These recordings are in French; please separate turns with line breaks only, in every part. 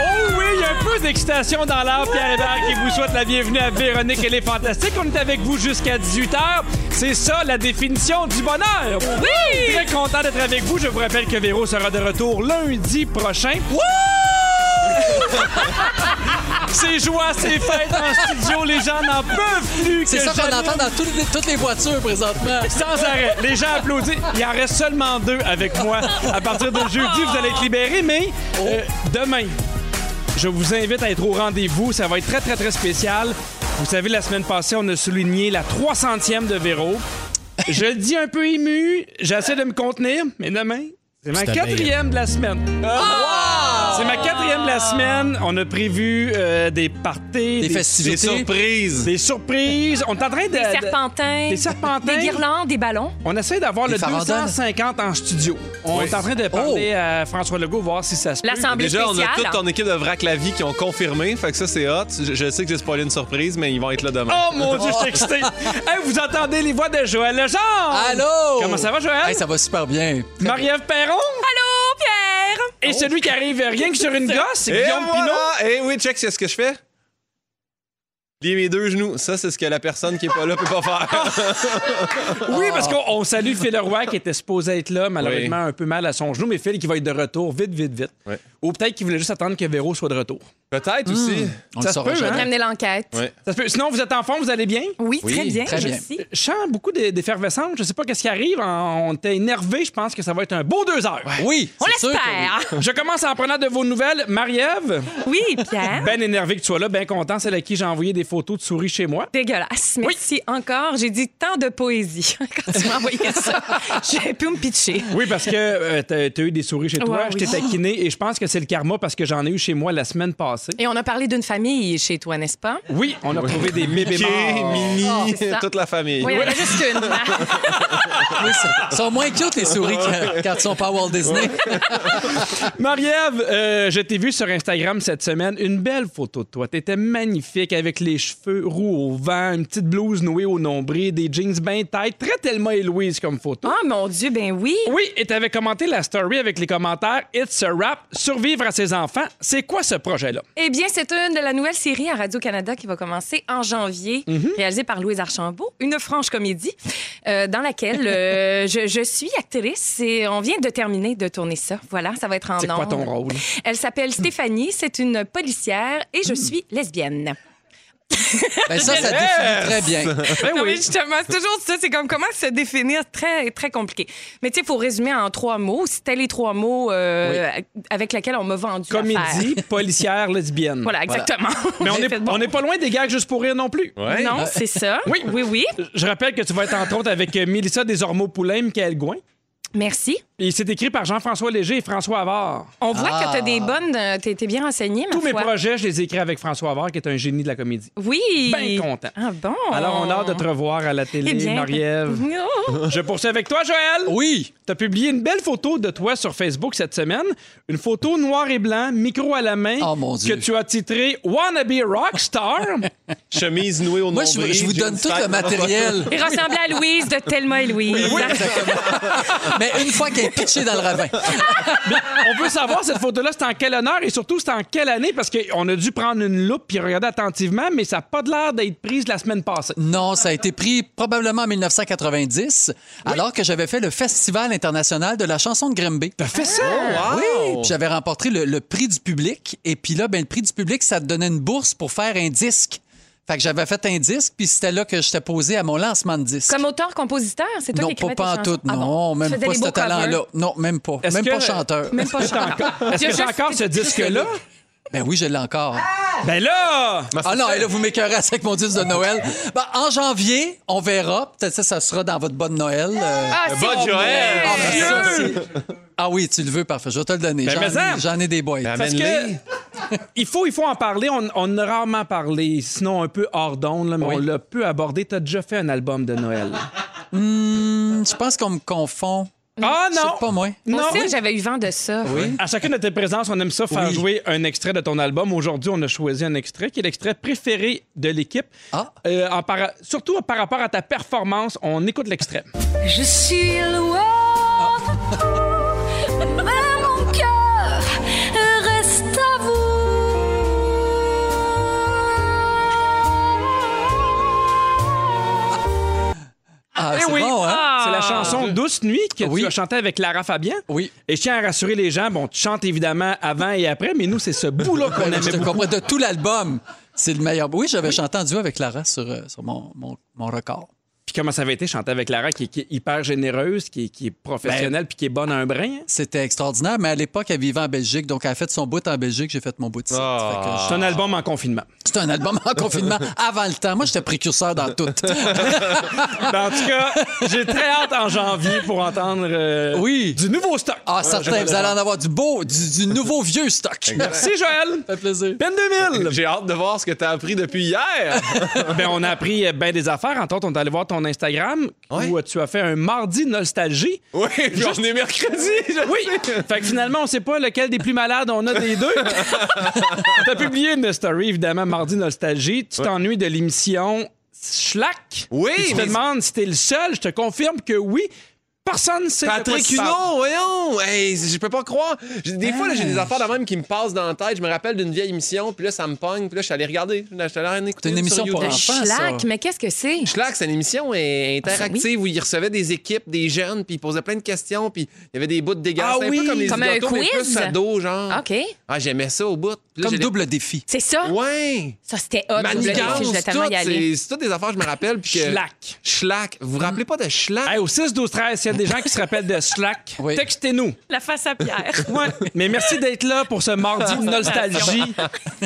Oh oui, il y a un peu d'excitation dans l'air, Pierre Hébert qui vous souhaite la bienvenue à Véronique et les Fantastiques. On est avec vous jusqu'à 18h. C'est ça, la définition du bonheur. Oui! Très content d'être avec vous. Je vous rappelle que Véro sera de retour lundi prochain. C'est joie, c'est fête en studio. Les gens n'en peuvent plus.
C'est
que
ça qu'on
j'annonce
entend dans toutes les, toutes les voitures présentement.
Sans arrêt. Les gens applaudissent. Il en reste seulement deux avec moi. À partir de jeudi, vous allez être libérés, mais euh, demain, je vous invite à être au rendez-vous. Ça va être très, très, très spécial. Vous savez, la semaine passée, on a souligné la 300e de Véro. Je le dis un peu ému, j'essaie de me contenir, mais demain, c'est ma quatrième de la semaine.
Ah!
Ah! C'est ma quatrième de la semaine. On a prévu euh, des parties,
Des
Des
festivités.
surprises.
des surprises. On est en train de...
Des
de-
serpentins,
Des serpentins.
Euh, des guirlandes, des ballons.
On essaie d'avoir
Les
le
farandoles.
250 en studio. On est en train de parler
Oh.
à François Legault, voir si ça se peut.
L'Assemblée
Déjà, on a
spéciale.
toute ton équipe de Vrac la vie qui ont confirmé. Fait que ça, c'est hot. Je, je sais que j'ai spoilé une surprise, mais ils vont être là demain.
Oh mon Dieu, je suis excité. Hey, vous entendez les voix de Joël Legendre.
Allô?
Comment ça va, Joël?
Hey, ça va super bien. Oh.
Marie-Ève Perron.
Allô, Pierre!
Et celui qui arrive rien que sur une gosse, c'est
Et
Guillaume
voilà!
Pinot.
Eh oui, check, c'est ce que je fais. Lier mes deux genoux. Ça, c'est ce que la personne qui est pas là peut pas faire.
Oh.
Oui, parce qu'on on salue Phil Roy qui était supposé être là, malheureusement un peu mal à son genou, mais Phil qui va être de retour vite, vite, vite.
Ouais.
Ou peut-être qu'il voulait juste attendre que Véro soit de retour.
Peut-être aussi.
On
Ça
le
se
saura
peut,
jamais.
hein?
Ramener l'enquête.
Hmm. Ouais.
Ça se peut. Sinon, vous êtes en forme, vous allez bien?
Oui, très bien.
très bien.
Merci.
Je sens beaucoup d'e- d'effervescence. Je sais pas qu'est-ce qui arrive. En- On était énervé. Je pense que ça va être un beau deux heures.
Oui,
On
c'est sûr que
l'espère.
Je commence en prenant de vos nouvelles. Marie-Ève,
Oui, Pierre.
ben énervé que tu sois là, ben content. C'est à qui j'ai envoyé des photos de souris chez moi.
Dégueulasse. Merci encore. J'ai dit tant de poésie quand tu m'as envoyé ça. J'ai pu me pitcher.
Oui, parce que euh, t'as t'as eu des souris chez toi.
Ouais,
Je t'ai
oui.
taquiné et je pense que c'est le karma parce que j'en ai eu chez moi la semaine passée.
Et on a parlé d'une famille chez toi, n'est-ce pas?
Oui, on a retrouvé des bébés
Mickey,
morts.
Minnie,
Oh, c'est ça.
toute la famille.
Oui, il y en a juste une.
hein? oui, ça- sont moins cute les souris que- quand ils sont pas à Walt Disney.
Marie-Ève, euh, je t'ai vu sur Instagram cette semaine, une belle photo de toi. T'étais magnifique avec les cheveux roux au vent, une petite blouse nouée au nombril, des jeans bien tight, très tellement Louise comme photo.
Oh mon Dieu, ben oui.
Oui, et t'avais commenté la story avec les commentaires It's a rap, survivre à ses enfants. C'est quoi ce projet-là?
Eh bien, c'est une de la nouvelle série à Radio-Canada qui va commencer en janvier,
Mhm.
réalisée par Louise Archambault, une franche comédie euh, dans laquelle euh, je, je suis actrice et on vient de terminer de tourner ça. Voilà, ça va être en
C'est quoi
ondes.
ton rôle? Hmm.
Elle s'appelle Stéphanie, c'est une policière et je suis lesbienne.
Ben ça, ça définit très bien.
Ben
Non, mais
oui.
justement, c'est toujours ça. C'est comme comment se définir, très, très compliqué. Mais tu sais, il faut résumer en trois mots. C'était les trois mots euh, avec lesquels on m'a vendu l'affaire.
Comédie, policière, lesbienne.
Voilà, exactement.
Mais on
J'ai
n'est
fait, bon,
pas loin des gags juste pour rire non plus.
Ouais.
Non, c'est ça.
Oui.
oui, oui.
Je rappelle que tu vas être entre autres avec euh, Mélissa Desormeaux-Poulain, Michael Gouin.
Merci.
Et c'est écrit par Jean-François Léger et François Avard.
On voit
Ah.
que t'as des bonnes. euh, T'es t'es bien enseigné, ma
Tous mes
foi.
projets, je les ai écrits avec François Avard, qui est un génie de la comédie.
Oui.
Ben content.
Ah bon.
Alors, on a hâte de te revoir à la
Eh
télé,
bien.
Marie-Ève.
Oh.
Je poursuis avec toi, Joël.
Oui,
T'as publié une belle photo de toi sur Facebook cette semaine. Une photo noir et blanc, micro à la main,
Oh, mon Dieu.
que tu as titré Wannabe Rockstar.
Chemise nouée au
moi,
nombril.
je, vous- je vous donne
jeans
tout le
tight.
matériel.
Il ressemblait à Louise de Thelma et Louise.
Mais une fois qu'elle est pitchée dans le ravin.
on veut savoir cette photo-là, c'est en quel honneur et surtout c'est en quelle année parce qu'on a dû prendre une loupe puis regarder attentivement, mais ça n'a pas de l'air d'être prise la semaine passée.
Non, ça a été pris probablement en 1990, alors que j'avais fait le Festival international de la chanson de Grimby.
Fais ça!
Oh.
Oui, puis j'avais remporté le, le prix du public. Et puis là, ben, le prix du public, ça te donnait une bourse pour faire un disque. Fait que j'avais fait un disque, puis c'était là que j'étais posé à mon lancement de disque.
Comme auteur-compositeur, c'est toi qui
non, pas,
écrivais
pas en
tes
tout,
chansons? Ah
non,
bon. Tu
même
faisais
pas
des
ce
beaux covers.
talent-là. Non, même pas.
Est-ce
Même
que-
pas chanteur.
Même pas
Est-ce
chanteur. Il y
que
a
j'ai
juste-
encore ce disque-là?
Ben oui, je l'ai encore.
Ah,
Ben là!
Ah non, et là, vous m'écœurez avec mon disque de Noël. Ben, en janvier, on verra. Peut-être ça, ça sera dans votre bonne Noël. euh.
Ah,
Le
c'est
bon Joël.
Ah, ben ça, c'est- Ah oui, tu le veux, parfait. Je vais te le donner.
Ben,
J'en
mais ça-
ai- J'en ai des boîtes.
Parce que il faut, il faut en parler. On, on en a rarement parlé, sinon un peu hors d'onde, là, mais
Oui.
on l'a peu abordé. T'as déjà fait un album de Noël.
Hum, Je pense qu'on me confond.
Ah non!
C'est pas moi.
Moi
Non!
aussi, j'avais eu vent de ça.
Oui.
À chacune de tes présences, on aime ça faire
Oui.
jouer un extrait de ton album. Aujourd'hui, on a choisi un extrait qui est l'extrait préféré de l'équipe.
Ah.
Euh, en para- Surtout par rapport à ta performance, on écoute l'extrait.
Je suis loin mais mon cœur reste à vous.
Ah,
Eh
c'est
oui.
bon, hein?
C'est la chanson Douce Nuit que
Oui.
tu as chantée avec Lara Fabian.
Oui.
Et je tiens à rassurer les gens, bon, tu chantes évidemment avant et après, mais nous, c'est ce bout-là qu'on
Je te
aimait beaucoup.
comprends. De tout l'album, c'est le meilleur. Oui, j'avais chanté en duo avec Lara sur, euh, sur mon, mon- mon record.
Puis comment ça avait été chanter avec Lara, qui, qui est hyper généreuse, qui, est- qui est professionnelle, puis qui est bonne à un brin. hein?
C'était extraordinaire, mais à l'époque, elle vivait en Belgique, donc elle a fait son bout en Belgique, j'ai fait mon bout ici.
Ah.
Fait que je-
C'est un album en confinement.
C'est un album en confinement avant le temps. Moi, j'étais précurseur dans tout.
Ben, en tout cas, j'ai très hâte en janvier pour entendre euh,
Oui.
du nouveau stock.
Ah, certain, vous allez en avoir du beau, du, du nouveau vieux stock.
Merci, Joël.
Ça fait plaisir.
Peine 2000.
J'ai hâte de voir ce que t'as appris depuis hier.
Ben, on a appris bien des affaires. Entre autres, on est allé voir ton Instagram
Ouais.
où euh, tu as fait un mardi nostalgie.
oui, j'en ai mercredi. je
Oui!
sais.
Fait que finalement, on sait pas lequel des plus malades on a des deux. T'as publié une story, évidemment, mardi nostalgie. Tu t'ennuies de l'émission Schlack.
Oui,
Puis Tu te
mais-
demandes si t'es le seul. Je te confirme que oui. Personne sait de quoi
Patrick
tu parles.
Hunon, voyons! Hey, je peux pas croire. J'ai- Des fois, là, j'ai des affaires de même qui me passent dans la tête. Je me rappelle d'une vieille émission, puis là, ça me pogne, puis là, je suis allé regarder. Je suis allé en écouter
C'est une émission
sur
pour
YouTube.
Le
enfants. Enfant, ça.
schlack, mais qu'est-ce que c'est?
Schlack, c'est une émission euh, interactive où ils recevaient des équipes, des jeunes, puis ils posaient plein de questions, puis il y avait des bouts de dégâts.
Ah
C'est un
oui!
peu comme les
Comme un
idotos, mais
quiz?
plus ado, genre.
OK.
Ah, j'aimais ça au bout. Puis là,
Comme
j'ai-
double défi.
C'est ça?
Ouais!
Ça, c'était hot. double défi,
Manigance,
je Ah, voulais tellement y
tout,
aller.
c'est- c'est toutes des affaires, je me rappelle. Puis que...
Schlack.
Schlack. Vous vous rappelez pas de Schlack?
Hey, au 6-12-13, s'il y a des gens qui se rappellent de Slack,
Oui.
textez-nous.
La face à Pierre.
Ouais. Mais merci d'être là pour ce mardi de nostalgie.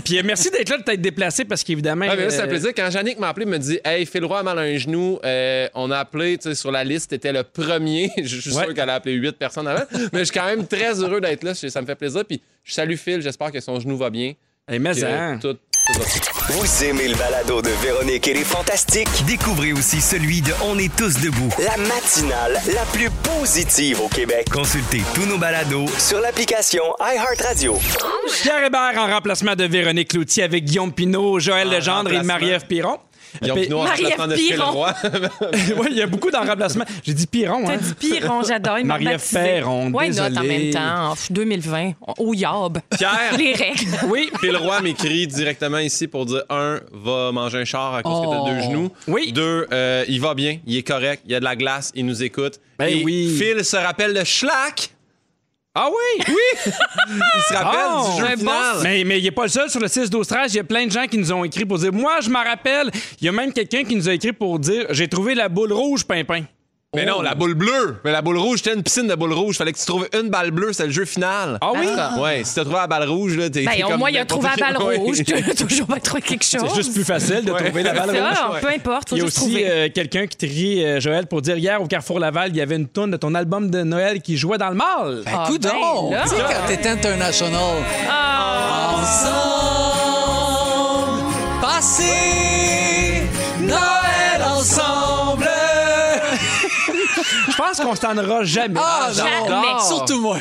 Puis euh, merci d'être là de t'être déplacé parce qu'évidemment.
Ah, mais là,
euh,
ça fait plaisir. Quand Yannick m'a appelé, il me dit Hey, Phil Roy a mal à un genou. Euh, on a appelé, tu sais, sur la liste, t'étais le premier. je suis
Ouais.
sûr qu'elle a appelé huit personnes avant. mais je suis quand même très heureux d'être là. Ça me fait plaisir. Puis je salue Phil. J'espère que son genou va bien.
hey, mais
Que
hein.
tout- tout va bien.
Vous aimez le balado de Véronique et les Fantastiques?
Découvrez aussi celui de On est tous debout.
La matinale la plus positive au Québec.
Consultez tous nos balados
Sur l'application iHeartRadio.
Pierre Hébert en remplacement de Véronique Cloutier avec Guillaume Pinault, Joël Legendre et
remplacement.
Marie-Ève Piron.
Guillaume Pinot en
Marie-Ève
remplacement de Phil
Piron.
Roy.
Ouais, il y a beaucoup d'en remplacement. J'ai dit Piron,
T'as
hein?
dit Piron, j'adore.
Marie-Ève Perron,
Ouais, note en
désolé.
même temps. en 2020, au yob.
Pierre.
Les règles.
Oui.
Phil Roy m'écrit directement ici pour dire un, va manger un char à cause que t'as
Oh.
deux genoux.
Oui.
Deux, euh, il va bien, il est correct, il y a de la glace, il nous écoute.
Ben
Et
oui.
Phil se rappelle de Schlack.
Ah oui? Oui!
Il se rappelle
Oh.
du jeu
Un bon
final.
Mais, mais il n'est pas le seul sur le 6-12-13. Il y a plein de gens qui nous ont écrit pour dire Moi, je m'en rappelle. Il y a même quelqu'un qui nous a écrit pour dire J'ai trouvé la boule rouge, Pimpin.
Mais non, la boule bleue. Mais la boule rouge, c'était une piscine de boule rouge. Fallait que tu trouves une balle bleue, c'est le jeu final.
Ah oui?
Ouais, si t'as trouvé la balle rouge, là, t'es. t'es
Ben, au
comme
moins, il a
n'importe
trouvé la
qui.
balle
Ouais.
rouge. Tu as toujours pas trouvé quelque chose.
C'est juste plus facile de trouver la balle
C'est
rouge.
vrai, peu importe. Faut
Il y a
juste
aussi
trouver.
euh, quelqu'un qui trie, euh, Joël, pour dire Hier, au Carrefour Laval, il y avait une tourne de ton album de Noël qui jouait dans le mal.
Ben,
Ah,
coudonc!
ben là.
tu sais, quand t'es international. Ensemble, passer Noël ensemble.
Je pense qu'on se t'en jamais.
Ah,
Jamais.
non. Surtout moi.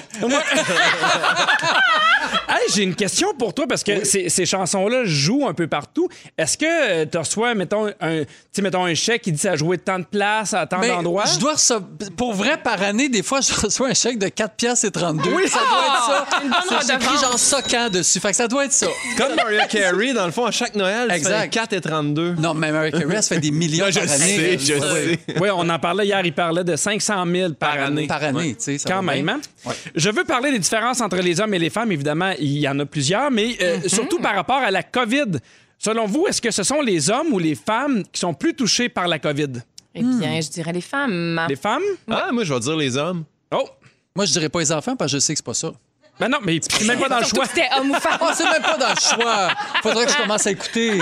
Hey, j'ai une question pour toi parce que ces, ces chansons-là jouent un peu partout. Est-ce que euh, tu reçois, mettons, un, tu sais, mettons, un chèque qui dit ça a joué de tant de places à tant
Ben,
d'endroits?
Je dois recevoir- Pour vrai, par année, des fois, je reçois un chèque de 4 piastres et 32. Oui, Ah, ça doit être ça.
Une bonne
Ça, J'ai pris
redevance.
genre soquant dessus. Fait que ça doit être ça.
Comme Mariah Carey, dans le fond, à chaque Noël,
Exact.
c'est 4 et 32.
Non, mais American Rest fait des millions
je
par année. là.
sais, je
Ouais, ouais.
sais.
Oui, on en parlait hier. Il parlait de 500 000 par, année.
Par année, tu sais. ça
Quand
va bien.
même. hein? Je veux parler des différences entre les hommes et les femmes. Évidemment, il y en a plusieurs, mais euh, surtout par rapport à la COVID. Selon vous, est-ce que ce sont les hommes ou les femmes qui sont plus touchés par la COVID?
Eh bien, je dirais les femmes.
hmm. Les femmes?
Ah, moi, je vais dire les hommes.
Oh!
Moi, je dirais pas les enfants parce que je sais que c'est pas ça.
Mais non, mais c'est même pas dans le
Surtout
choix.
que c'était homme ou femme.
Oh, c'est même pas dans le choix. Faudrait que je commence à écouter.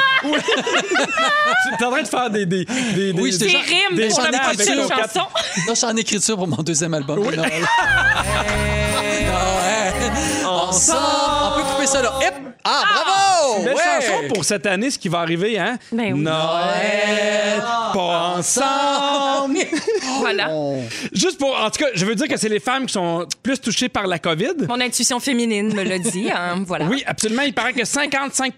Tu es en train de faire des. des, des des-
Oui, je t'ai-
Des
Déjà-
rimes
déjà
pour la
avec
prochaine
nos quatre-
chanson.
Là, je suis en écriture pour mon deuxième album. de Noël. Hey, Noël, Ensemble. On peut couper ça là. Hip. Ah, bravo!
Belle
Ouais.
chanson pour cette année, ce qui va arriver, hein?
Ben oui.
Noël, pas ensemble.
Voilà.
Juste pour, en tout cas, je veux dire que c'est les femmes qui sont plus touchées par la COVID.
Mon intuition féminine me l'a dit. hein, voilà.
Oui, absolument. Il paraît que 55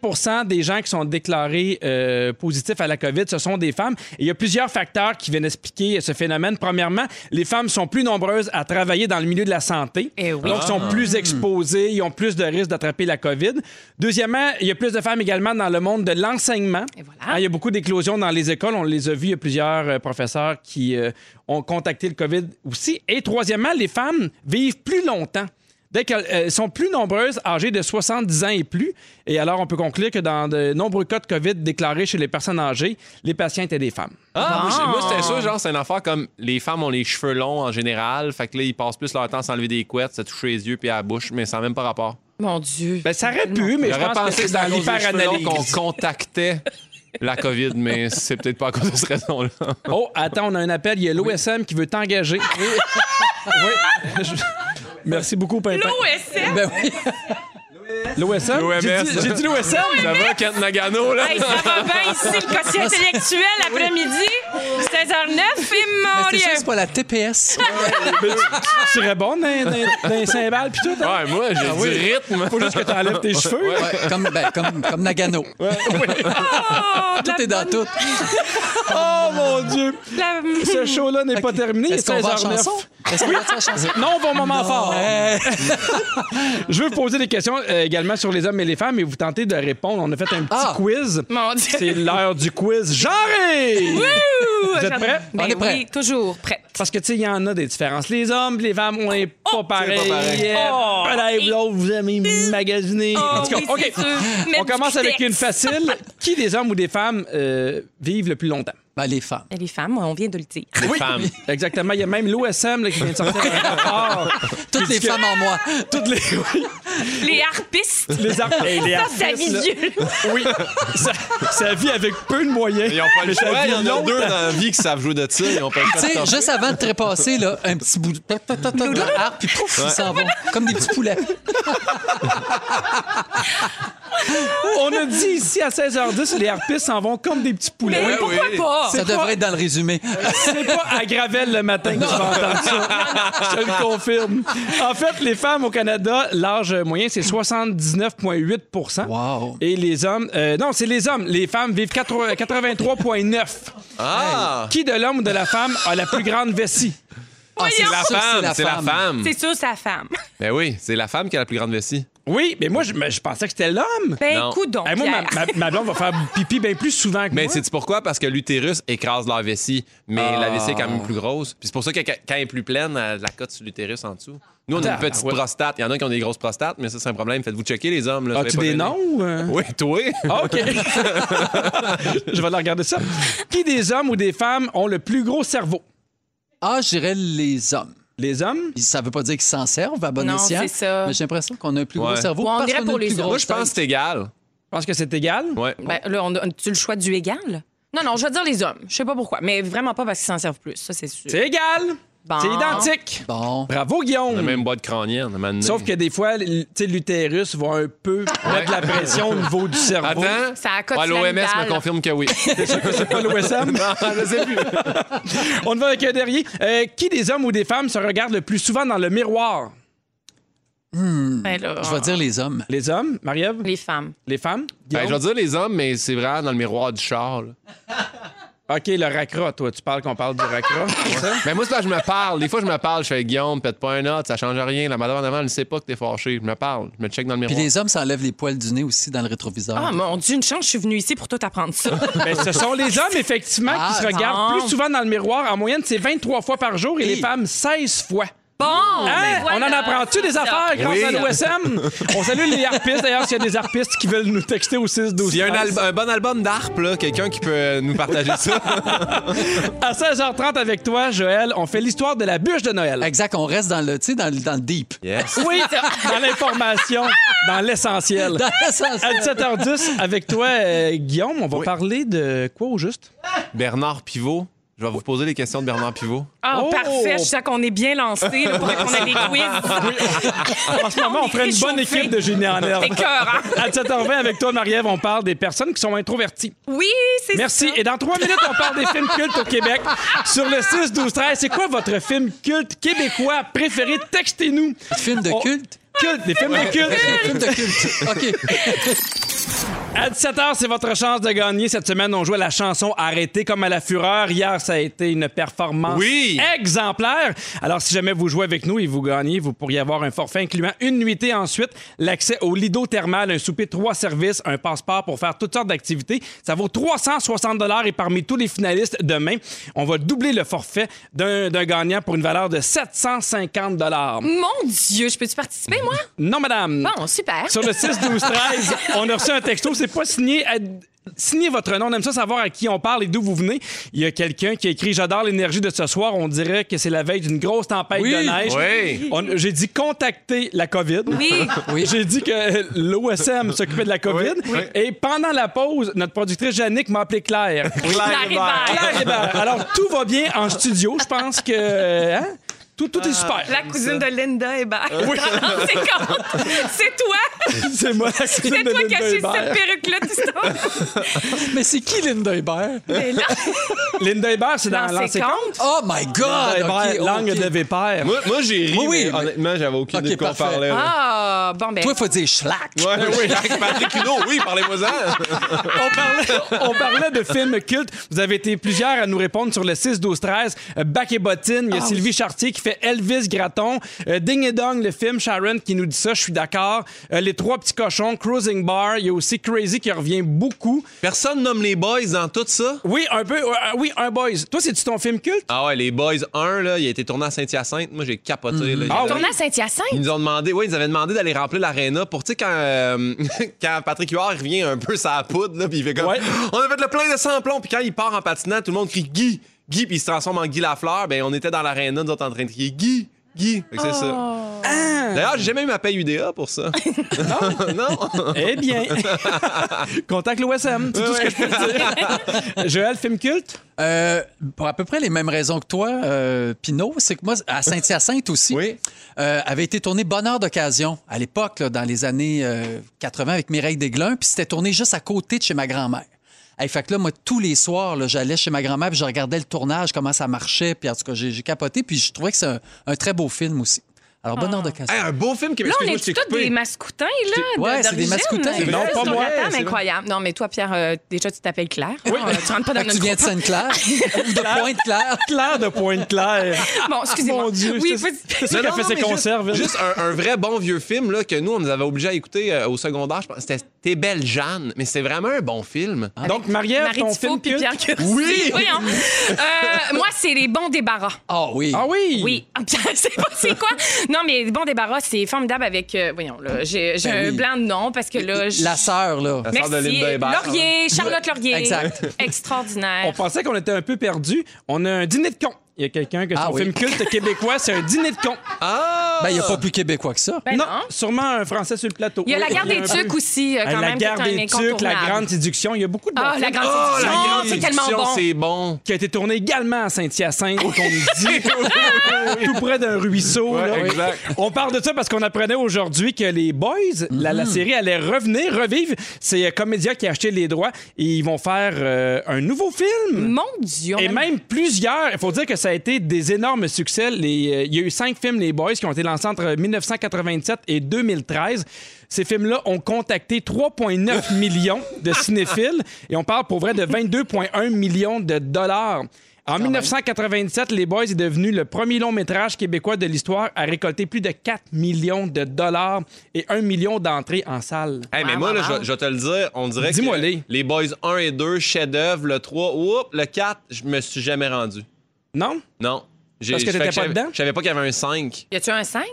des gens qui sont déclarés euh, positifs à la COVID, ce sont des femmes. Et il y a plusieurs facteurs qui viennent expliquer ce phénomène. Premièrement, les femmes sont plus nombreuses à travailler dans le milieu de la santé.
Eh oui.
Donc,
Ah.
sont plus
Hmm.
exposées, ils ont plus de risques d'attraper la COVID. Deuxièmement, il y a plus de femmes également dans le monde de l'enseignement.
Et voilà.
Hein, il y a beaucoup d'éclosions dans les écoles. On les a vus. Il y a plusieurs euh, professeurs qui euh, ont contacté le COVID aussi. Et troisièmement, les femmes vivent plus longtemps. Dès qu'elles euh, sont plus nombreuses, âgées de 70 ans et plus. Et alors, on peut conclure que dans de nombreux cas de COVID déclarés chez les personnes âgées, les patients étaient des femmes.
Ah, moi, j'ai-
Bon.
moi, c'était sûr, genre, c'est une affaire comme les femmes ont les cheveux longs en général. Fait que là, ils passent plus leur temps à s'enlever des couettes, se toucher les yeux puis à la bouche, mais ça n'a même pas rapport.
Mon Dieu.
Ben, ça aurait pu, mais je
J'aurais
pense que
pensé que
c'est
c'était à
dans
cause des cheveux longs
l'hyperanalyse.
qu'on contactait la COVID, mais c'est peut-être pas à cause de cette raison-là.
Oh, attends, on a un appel. Il y a l'OSM qui veut t'engager. Oui. Je- Merci beaucoup, Pimpin.
L'OSM.
Ben oui.
L'OSM? J'ai dit-
L'OMS.
J'ai dit l'OSM?
Ça va, Kent Nagano,
ben,
là?
Hey, ça va bien ici, le quotient intellectuel, après-midi,
Ben,
16h09, et
Mais
mon
c'est sûr, c'est
Dieu.
pas la TPS.
Mais tu- tu serais bon dans, dans, dans les cymbales pis tout. hein?
Ouais, moi, j'ai
oui.
du rythme.
Faut juste que t'enlèves tes cheveux.
Ouais, comme, ben, comme, comme Nagano.
Oh, de la
Tout est dans
bonne-
tout.
Oh mon Dieu!
de la-
Ce show-là n'est pas terminé. il
Est-ce qu'on va en
16h09.
chanson? Est-ce qu'on va en chanson?
Non, on va au moment fort. Je veux vous poser des questions euh, également sur les hommes et les femmes et vous tentez de répondre. On a fait un petit
Ah.
quiz.
Mon Dieu.
C'est l'heure du quiz genré!
Ouh,
Vous êtes
j'adore.
prêts?
Ben
On est prêts.
Oui, toujours prêts.
Parce que, tu sais, il y en a des différences. Les hommes, les femmes, on est pas pareils.
Oh, pareil.
Yeah.
Oh.
Peut-être l'autre, vous aimez magasiner.
oh,
en tout cas, OK. On commence avec une facile. Qui des hommes ou des femmes euh, vivent le plus longtemps?
Ben, les femmes.
Les femmes, on vient de le dire.
Les femmes.
Exactement. Il y a même l'OSM là, qui vient de sortir un rapport.
Toutes les femmes en moi.
Toutes les. Oui,
Les harpistes.
les artistes. les
Ça,
artistes,
ça vit
là.
vieux.
Oui. Ça, ça vit avec peu de moyens.
Eh Ils ont pas le
Mais ça
choix.
vit
Il y en a
longtemps.
deux dans la vie qui savent jouer de ça. Ils ont pas le
Tu
choix de
sais,
sortir.
juste avant de trépasser, là, un petit bout de, ta- ta- ta- ta- de la harpe, puis pouf, ils s'en vont. Comme des petits poulets.
On a dit ici à 16h10, les harpistes s'en vont comme des petits poulets.
Mais
oui.
pourquoi pas?
Ça
quoi?
devrait être dans le résumé.
C'est pas à Gravel le matin que tu vas entendre ça. Je te le confirme. En fait, les femmes au Canada, l'âge moyen, c'est 79,8
Wow.
Et les hommes... euh, non, c'est les hommes. Les femmes vivent euh, 80 83,9
Ah!
Qui de l'homme ou de la femme a la plus grande vessie?
Ah,
C'est la
sûr que
femme, c'est la femme.
C'est sûr, sa femme.
Ben oui, c'est la femme qui a la plus grande vessie.
Oui, mais moi, je, mais je pensais que c'était l'homme.
Ben,
Non.
coudon.
Eh, moi, ma,
Pierre.
ma- ma blonde va faire pipi bien plus souvent que
Mais
moi.
c'est pourquoi? Parce que l'utérus écrase la vessie, mais la vessie est quand même plus grosse. Puis c'est pour ça que quand quand elle est plus pleine, elle la cote sur l'utérus en dessous. Nous, on a une petite
ouais.
prostate. Il y en a qui ont des grosses prostates, mais ça, c'est un problème. Faites-vous checker, les hommes. là.
As-tu
Soyez
des
pas
noms?
gênés.
ou, euh?
Oui, toi.
Ah, OK. je vais aller regarder ça. Qui des hommes ou des femmes ont le plus gros cerveau?
Ah, je dirais les hommes.
Les hommes?
Ça veut pas dire qu'ils s'en servent à bon
Non,
escient.
c'est ça.
Mais j'ai l'impression qu'on a un plus gros
Ouais.
cerveau.
Ouais, on
parce
dirait
qu'on a
pour
une
les
plus
autres.
grosse
Moi, je pense que c'est égal.
Je pense que c'est égal.
Ouais.
Ben, là, on a, tu le choix du égal? Non, non, je vais dire les hommes. Je sais pas pourquoi, mais vraiment pas parce qu'ils s'en servent plus. Ça, c'est sûr.
C'est égal.
Bon.
C'est identique.
Bon.
Bravo, Guillaume.
On a même boîte crânienne. à un moment donné.
Sauf que des fois, l- tu sais, l'utérus va un peu mettre de la pression au niveau du cerveau.
Attends.
Ça accote
Ouais, L'OMS
l'animal.
me confirme que oui.
C'est pas l'OSM.
je sais plus.
On ne va avec un dernier. Euh, qui des hommes ou des femmes se regarde le plus souvent dans le miroir?
Ben, là,
Je vais dire les hommes.
Les hommes, Marie-Ève?
les femmes.
Les femmes?
Ben,
Guillaume?
je vais dire les hommes, mais c'est vraiment dans le miroir du char. là.
OK, le racra, toi. Tu parles qu'on parle du racra. c'est ça?
Mais Ben, moi, c'est parce que je me parle. Des fois, je me parle. Je fais Guillaume, pète pas un autre, ça change rien. La madame en avant, elle ne sait pas que t'es fâché. Je me parle. Je me check dans le
Puis
miroir.
les hommes s'enlèvent les poils du nez aussi dans le rétroviseur.
Ah, mon Dieu, une chance, je suis venue ici pour tout apprendre ça.
Ben, ce sont les hommes, effectivement, qui
Ah,
se regardent
non.
plus souvent dans le miroir. En moyenne, c'est 23 fois par jour et les
Hey.
femmes, 16 fois.
Bon,
Hein?
ben voilà.
On en apprend-tu des affaires grâce
Oui.
à l'OSM? On salue les harpistes. D'ailleurs, s'il y a des harpistes qui veulent nous texter au 6 12
S'il y a un, al- un bon album d'Arp, là, quelqu'un qui peut euh, nous partager ça.
À 16h30 avec toi, Joël, on fait l'histoire de la bûche de Noël.
Exact, on reste dans le, tu sais, dans le, dans le deep.
Yes.
Oui, dans l'information, dans l'essentiel.
Dans l'essentiel.
À 17h10 avec toi, euh, Guillaume, on va
Oui.
parler de quoi au juste?
Bernard Pivot. Je vais vous poser les questions de Bernard Pivot.
Ah,
Oh!
parfait. Je sais qu'on est bien lancé là, pour qu'on ait des quiz.
En ce moment, on ferait une bonne
réchauffé.
équipe de génie en herbe.
C'est cœur, hein?
À 7h20 avec toi, Marie-Ève, on parle des personnes qui sont introverties.
Oui, c'est
Merci.
ça.
Et dans trois minutes, on parle des films cultes au Québec. Sur le 6, 12, 13, c'est quoi votre film culte québécois préféré? Textez-nous.
Film de
On-
culte?
Culte, des films de culte.
Film de culte. OK.
À 17h, c'est votre chance de gagner. Cette semaine, on jouait la chanson Arrêtée comme à la fureur. Hier, ça a été une performance
Oui.
exemplaire. Alors, si jamais vous jouez avec nous et vous gagnez, vous pourriez avoir un forfait incluant une nuitée ensuite, l'accès au lido thermal, un souper, trois services, un passeport pour faire toutes sortes d'activités. Ça vaut 360 et parmi tous les finalistes demain, on va doubler le forfait d'un d'un gagnant pour une valeur de 750
Mon Dieu, je peux-tu participer, moi?
Non, madame.
Bon, super.
Sur le 6, 12, 13, on a reçu un texto. C'est pas signé. à- Signez votre nom. On aime ça savoir à qui on parle et d'où vous venez. Il y a quelqu'un qui a écrit J'adore l'énergie de ce soir. On dirait que c'est la veille d'une grosse tempête
Oui.
de neige.
Oui.
On- J'ai dit contacter la COVID.
Oui.
Oui.
J'ai dit que l'OSM s'occupait de la COVID.
Oui.
Et pendant la pause, notre productrice Yannick m'a appelé Claire.
Claire Hébert.
Claire Hébert. Alors, tout va bien en studio. Je pense que. hein, Tout, tout est super.
La cousine de Linda Hébert. Oui. C'est quand? C'est toi?
C'est moi la
C'est
cousine de
toi qui
Linda
as su
Hébert.
cette perruque-là, tu sais.
Mais c'est qui Linda Hébert?
Mais là,
Linda Hébert, c'est dans
dans ses
l'ancien
comptes.
Oh my
Ah,
God!
Hébert,
OK,
langue
OK.
de vipère.
Moi, moi, j'ai ri,
Oui, oui,
mais
mais-
honnêtement, j'avais aucune
Ok,
idée de quoi on
parfait.
parlait. là.
Ah, bon, ben.
Toi, il faut dire schlack.
Ouais, oui, avec Patrick Huneau, oui, parlez-moi-en.
On parlait, on parlait de films cultes. Vous avez été plusieurs à nous répondre sur le 6, 12, 13. Euh, Bac et bottine. Il
Ah
y a Sylvie Chartier qui fait Elvis Gratton. Euh, Ding et Dong, le film. Sharon qui nous dit ça. Je suis d'accord. Euh, les trois petits cochons. Cruising Bar. Il y a aussi Crazy qui revient beaucoup.
Personne nomme les boys dans tout ça.
Oui, un peu. euh, oui, un boys. Toi, c'est-tu ton film culte?
Ah ouais, les Boys 1, là, il a été tourné à Saint-Hyacinthe. Moi, j'ai capoté. là.
Ah
Ils-
oui.
Tourner à Saint-Hyacinthe?
Ils nous ont demandé, oui, ils nous avaient demandé d'aller remplir l'aréna pour, tu sais, quand, euh, quand Patrick Huard il revient un peu sa poudre, là, puis il fait comme,
Ouais.
on a fait le plein de sans plomb, puis quand il part en patinant, tout le monde crie Guy, Guy, puis il se transforme en Guy Lafleur, ben on était dans l'aréna, nous autres en train de crier Guy, Guy. Fait que c'est
Oh.
ça. D'ailleurs, j'ai jamais eu ma paye UDA pour ça. non? non?
Eh bien, contacte l'OSM. C'est tout ce que je peux te dire. Joël, film culte?
Euh, pour à peu près les mêmes raisons que toi, euh, Pinot, c'est que moi, à Saint-Hyacinthe aussi,
Oui.
euh, avait été tourné Bonheur d'occasion à l'époque, là, dans les années euh, 80 avec Mireille Desglin, puis c'était tourné juste à côté de chez ma grand-mère. Hey, fait que là, moi, tous les soirs, là, j'allais chez ma grand-mère, puis je regardais le tournage, comment ça marchait, puis en tout cas, j'ai, j'ai capoté, puis je trouvais que c'est un, un très beau film aussi. Alors, Bonheur d'occasion.
Hey, un beau film qui
Là, on
Excuse-moi, je
est
t'ai
tous
coupé.
des mascoutins, là.
t'ai- Ouais,
de-
c'est des
d'origine.
mascoutins.
Ils
Non,
restent
pas
sur
moi,
la table,
c'est
incroyable. Non, mais toi, Pierre, euh, déjà, tu t'appelles Claire. Non, euh, tu rentres pas
Ah,
Fait
dans
que tu
notre
viens de
groupe.
Sainte-Claire ou de Pointe-Claire.
Claire de Pointe-Claire. Ah,
Bon, excusez-moi.
Mon Dieu,
Oui,
je te-
vas-y.
c'est ça
Non,
qui a
non,
fait
non,
ses
mais juste-
conserves.
Juste, un, un vrai bon vieux film là, que nous, on nous avait obligés à écouter euh, au secondaire. je pense. C'était T'es belle Jeanne, mais c'est vraiment un bon film.
Ah,
Donc, Marie-Ève,
Marie
ton
Tifo
film
puis
culte?
Pierre hein. Curzi.
Oui!
Voyons. Euh, moi, c'est les bons débarras.
Ah oui.
Ah oui?
Oui, c'est pas c'est quoi. Non, mais les bons débarras, c'est formidable avec. euh, voyons, là, j'ai j'ai
Ben
un
oui.
blanc de nom parce que là. je-
La sœur, là.
La sœur
Merci.
de Linda Hébert.
Laurier, Charlotte Laurier.
Exact.
hein. On
Extraordinaire.
pensait qu'on était un peu perdu. On a un dîner de con. Il y a quelqu'un que son
Ah oui.
film culte québécois, c'est un dîner de con.
Ah!
Ben, il n'y a pas plus québécois que ça.
Ben
non,
non.
sûrement un Français sur le plateau.
Il y a la
Oui,
guerre des
un
tucs
peu.
aussi, euh,
Ah,
quand
la
même, qui est
guerre
un
des tucs, la
incontournable.
grande séduction. Il y a beaucoup de bons
Ah,
films
la grande
Oh, la
séduction,
grande
c'est tellement
séduction,
bon.
C'est bon.
qui a été tourné également à Saint-Hyacinthe, qu'on me dit, tout près d'un ruisseau.
Ouais,
là.
exact.
On parle de ça parce qu'on apprenait aujourd'hui que les Boys, la,
Mm-hmm.
la série allait revenir, revivre. C'est euh, Comédia qui a acheté les droits et ils vont faire euh, un nouveau film.
Mon Dieu. on
Et
aime-
même plusieurs, il faut dire que ça a été des énormes succès. Les, euh, il y a eu cinq films, les Boys, qui ont été lancés entre 1987 et 2013. Ces films-là ont contacté 3,9 millions de cinéphiles et on parle pour vrai de 22,1 millions de dollars. En 1997, Les Boys est devenu le premier long métrage québécois de l'histoire à récolter plus de 4 millions de dollars et 1 million d'entrées en salle.
Hey, mais
Wow,
moi,
wow,
là, je,
wow.
je vais te le dire, on dirait que
Dis-moi les.
les Boys 1 et 2, chef-d'œuvre, le 3, oups, le 4, je me suis jamais rendu.
Non?
Non. J'ai-
Parce que
fait
t'étais pas
je savais-
dedans?
Je savais pas qu'il y avait un 5.
Y a-tu un 5?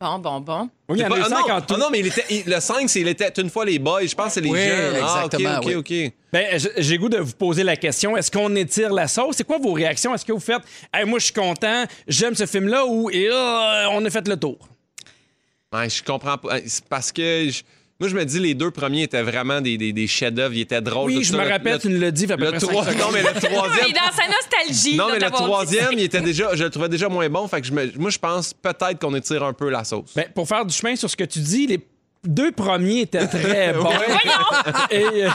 Bon, bon, bon.
Oui, il y en a eu
Pas- ah,
cinq
non,
en tout.
ah non, mais il était, il- le 5, c'est il était une fois les boys. Je pense que c'est les
Oui,
jeunes. Ah, ok,
exactement,
ok,
oui.
ok.
Ben, j- j'ai goût de vous poser la question. Est-ce qu'on étire la sauce? C'est quoi vos réactions? Est-ce que vous faites Hey, moi, je suis content, j'aime ce film-là ou et, euh, on a fait le tour?
Ouais, je comprends pas. C'est parce que je- moi, je me dis, les deux premiers étaient vraiment des, des, des chefs-d'œuvre. Ils étaient drôles.
Oui,
tout
je
ça.
me
Le-
rappelle,
le-
tu nous l'as dit, il fait à peu
Le
près cinq
trois-
secondes.
non, mais le troisième.
Il est dans sa nostalgie.
Non,
de
mais le
t'avoir dit
troisième,
ça.
il était déjà, je le trouvais déjà moins bon. Fait que je me- moi, je pense peut-être qu'on étire un peu la sauce.
Ben, pour faire du chemin sur ce que tu dis, les deux premiers étaient très bons.
Voyons!
Et, euh,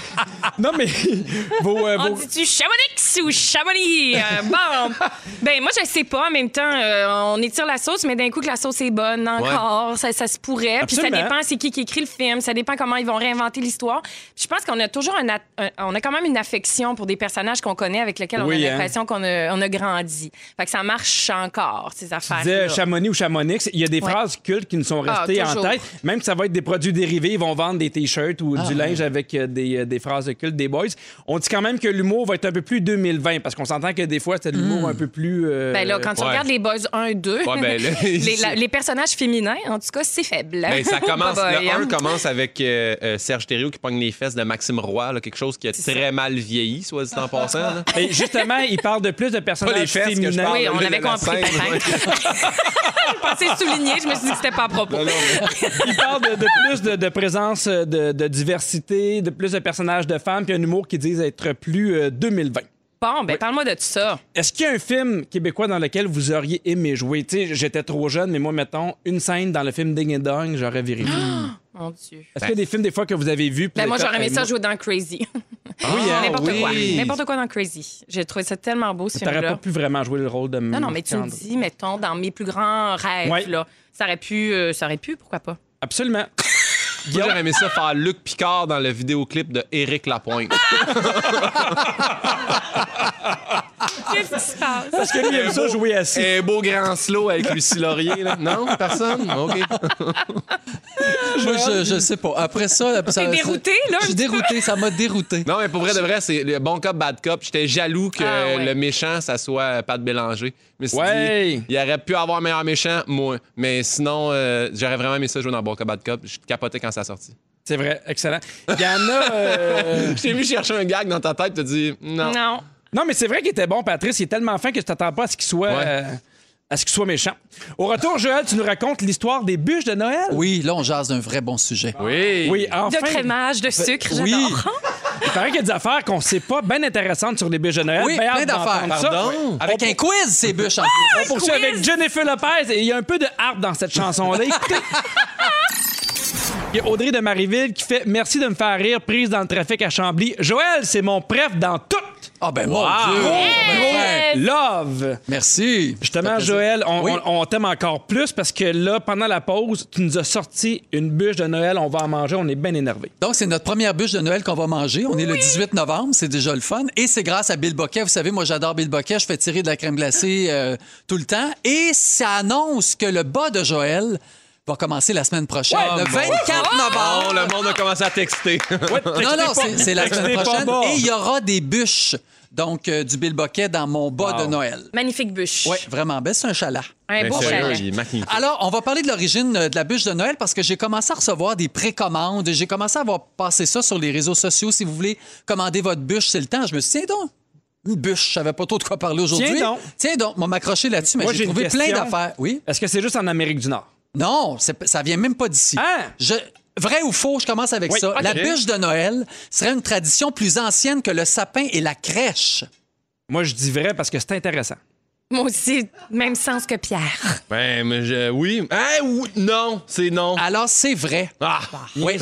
non, mais vos, euh, vos-
On dit-tu Chamonix ou Chamonix? Euh, bon. Ben, moi, je sais pas. En même temps, euh, on étire la sauce, mais d'un coup, que la sauce est bonne encore. Ça, ça se pourrait. Puis ça
Absolument.
dépend c'est qui qui écrit le film. Ça dépend comment ils vont réinventer l'histoire. Puis Je pense qu'on a toujours un, at- un- On a quand même une affection pour des personnages qu'on connaît avec lesquels
Oui,
on a
hein.
l'impression qu'on a, on a grandi. Fait que ça marche encore, ces
tu disais
affaires.
Chamonix ou Chamonix, il y a des
Ouais.
phrases cultes qui nous sont
Ah,
restées en
toujours.
tête. Même que ça va être des produits dérivés, ils vont vendre des t-shirts ou
Ah,
du linge avec euh, des, euh, des phrases cultes des boys. On dit quand même que l'humour va être un peu plus 2020 parce qu'on s'entend que des fois, c'est de l'humour un peu plus. euh,
Hmm. Ben là, quand tu
Ouais.
regardes les Boys 1 et 2,
Ouais, ben là,
les, la- les personnages féminins, en tout cas, c'est faible.
Ben, ça commence,
Bye bye,
le
hein.
1 commence avec euh, euh, Serge Thériault qui pogne les fesses de Maxime Roy, là, quelque chose qui a très mal vieilli, soit dit en passant. là.
Et justement, il parle de plus de personnages
Pas les fesses que je
féminins.
parle.
Oui,
Ah,
on
la-
avait
la
compris,
scène,
peut-être. Je pensais souligner, je me suis dit que c'était pas à propos.
Non, non, mais-
Il parle de, de plus de, de présence euh, de, de diversité, de plus de personnages de femmes, puis un humour qui disent être plus euh, 2020.
Bon, ben parle-moi de tout ça.
Est-ce qu'il y a un film québécois dans lequel vous auriez aimé jouer? Tu sais, j'étais trop jeune, mais moi, mettons, une scène dans le film Ding and Dong, j'aurais vérifié.
Mon Dieu.
Est-ce qu'il y a des films, des fois, que vous avez vus? puis
Ah! Ben,
vous
moi,
avez fait,
j'aurais aimé
Hey,
ça
moi,
jouer dans Crazy.
Ah,
N'importe
oui.
quoi. N'importe quoi dans Crazy. J'ai trouvé ça tellement beau, ce
T'aurais pas
film-là.
pu vraiment jouer le rôle de
Non, non, mais tu me
Marc-André.
dis, mettons, dans mes plus grands rêves,
Ouais.
là, ça aurait pu, euh, ça aurait pu, pourquoi pas?
Absolument.
Moi, j'aurais aimé ça faire Luc Picard dans le vidéoclip de Éric Lapointe.
Qu'est-ce qui se passe?
Parce que lui, il aime ça jouer assis.
Un beau grand slow avec Lucie Laurier. Là. Non, personne? OK.
Moi, je, je sais pas. Après ça, ça- ça-
dérouté, là, un
Je suis dérouté, ça m'a dérouté.
Non, mais pour vrai, de vrai, c'est le bon cop, bad cop. J'étais jaloux que
Ah, ouais.
le méchant, ça soit Pat Bélanger. Mais
Ouais.
il aurait pu avoir meilleur méchant, moi. Mais sinon, euh, j'aurais vraiment aimé ça jouer dans bon cop, bad cop. Je capotais quand ça sortit.
C'est vrai, excellent. Il y en a... euh,
Je t'ai vu chercher un gag dans ta tête, t'as dit non.
Non.
Non, mais c'est vrai qu'il était bon, Patrice. Il est tellement fin que tu t'attends pas à ce qu'il soit,
Ouais.
euh, à ce qu'il soit méchant. Au retour, Joël, tu nous racontes l'histoire des bûches de Noël.
Oui, là, on jase d'un vrai bon sujet.
Oui.
Oui,
De
enfin. Ben,
crémage, de sucre,
oui.
j'adore.
Il paraît qu'il y a des affaires qu'on sait pas bien intéressantes sur les bûches de Noël.
Oui,
Ben,
plein
hâte
d'affaires.
d'entendre ça.
Pardon?
Avec un quiz, ces bûches en plus.
On poursuit
quiz.
avec Jennifer Lopez et il y a un peu de harpe dans cette chanson-là. Écoutez. Il y a Audrey de Marieville qui fait Merci de me faire rire, prise dans le trafic à Chambly. Joël, c'est mon préf dans tout.
Ah, ben, mon Dieu.
Gros
Ben,
Love.
Merci. Ça
Justement,
fait plaisir.
Joël, on,
Oui.
on- on t'aime encore plus parce que là, pendant la pause, tu nous as sorti une bûche de Noël. On va en manger, on est bien énervé.
Donc, c'est notre première bûche de Noël qu'on va manger. On est le 18 novembre, c'est déjà le fun. Et c'est grâce à Bill Boquet. Vous savez, moi, j'adore Bill Boquet. Je fais tirer de la crème glacée euh, tout le temps. Et ça annonce que le bas de Joël va commencer la semaine prochaine,
Ouais,
le
Oh,
24 novembre.
Bon, Oh, le monde a commencé à texter.
Non, non,
pas-
c'est- c'est la
textez
semaine
pas
prochaine.
bas.
Et il y aura des bûches, donc euh, du Bill Boquet dans mon bas de Noël.
Magnifique bûche.
Oui, vraiment belle. C'est un chalat.
Un
Ben,
beau
sérieux,
chalet.
il est magnifique.
Alors, on va parler de l'origine euh, de la bûche de Noël parce que j'ai commencé à recevoir des précommandes. J'ai commencé à voir passer ça sur les réseaux sociaux. Si vous voulez commander votre bûche, c'est le temps. Je me suis dit, tiens donc, une bûche. Je savais pas trop de quoi parler aujourd'hui.
Tiens donc.
Tiens donc, on m'a m'accroché là-dessus, mais
Moi,
j'ai
j'ai une
trouvé plein
question.
d'affaires. Oui?
Est-ce que c'est juste en Amérique du Nord?
Non, c'est- ça vient même pas d'ici.
Hein?
Je- Vrai ou faux, je commence avec
Oui,
ça.
ok.
La bûche de Noël serait une tradition plus ancienne que le sapin et la crèche.
Moi, je dis vrai parce que c'est intéressant.
Moi aussi, même sens que Pierre.
ben, mais je, oui. Hein, oui, Non, c'est non.
Alors, c'est vrai.
Ah.
Oui,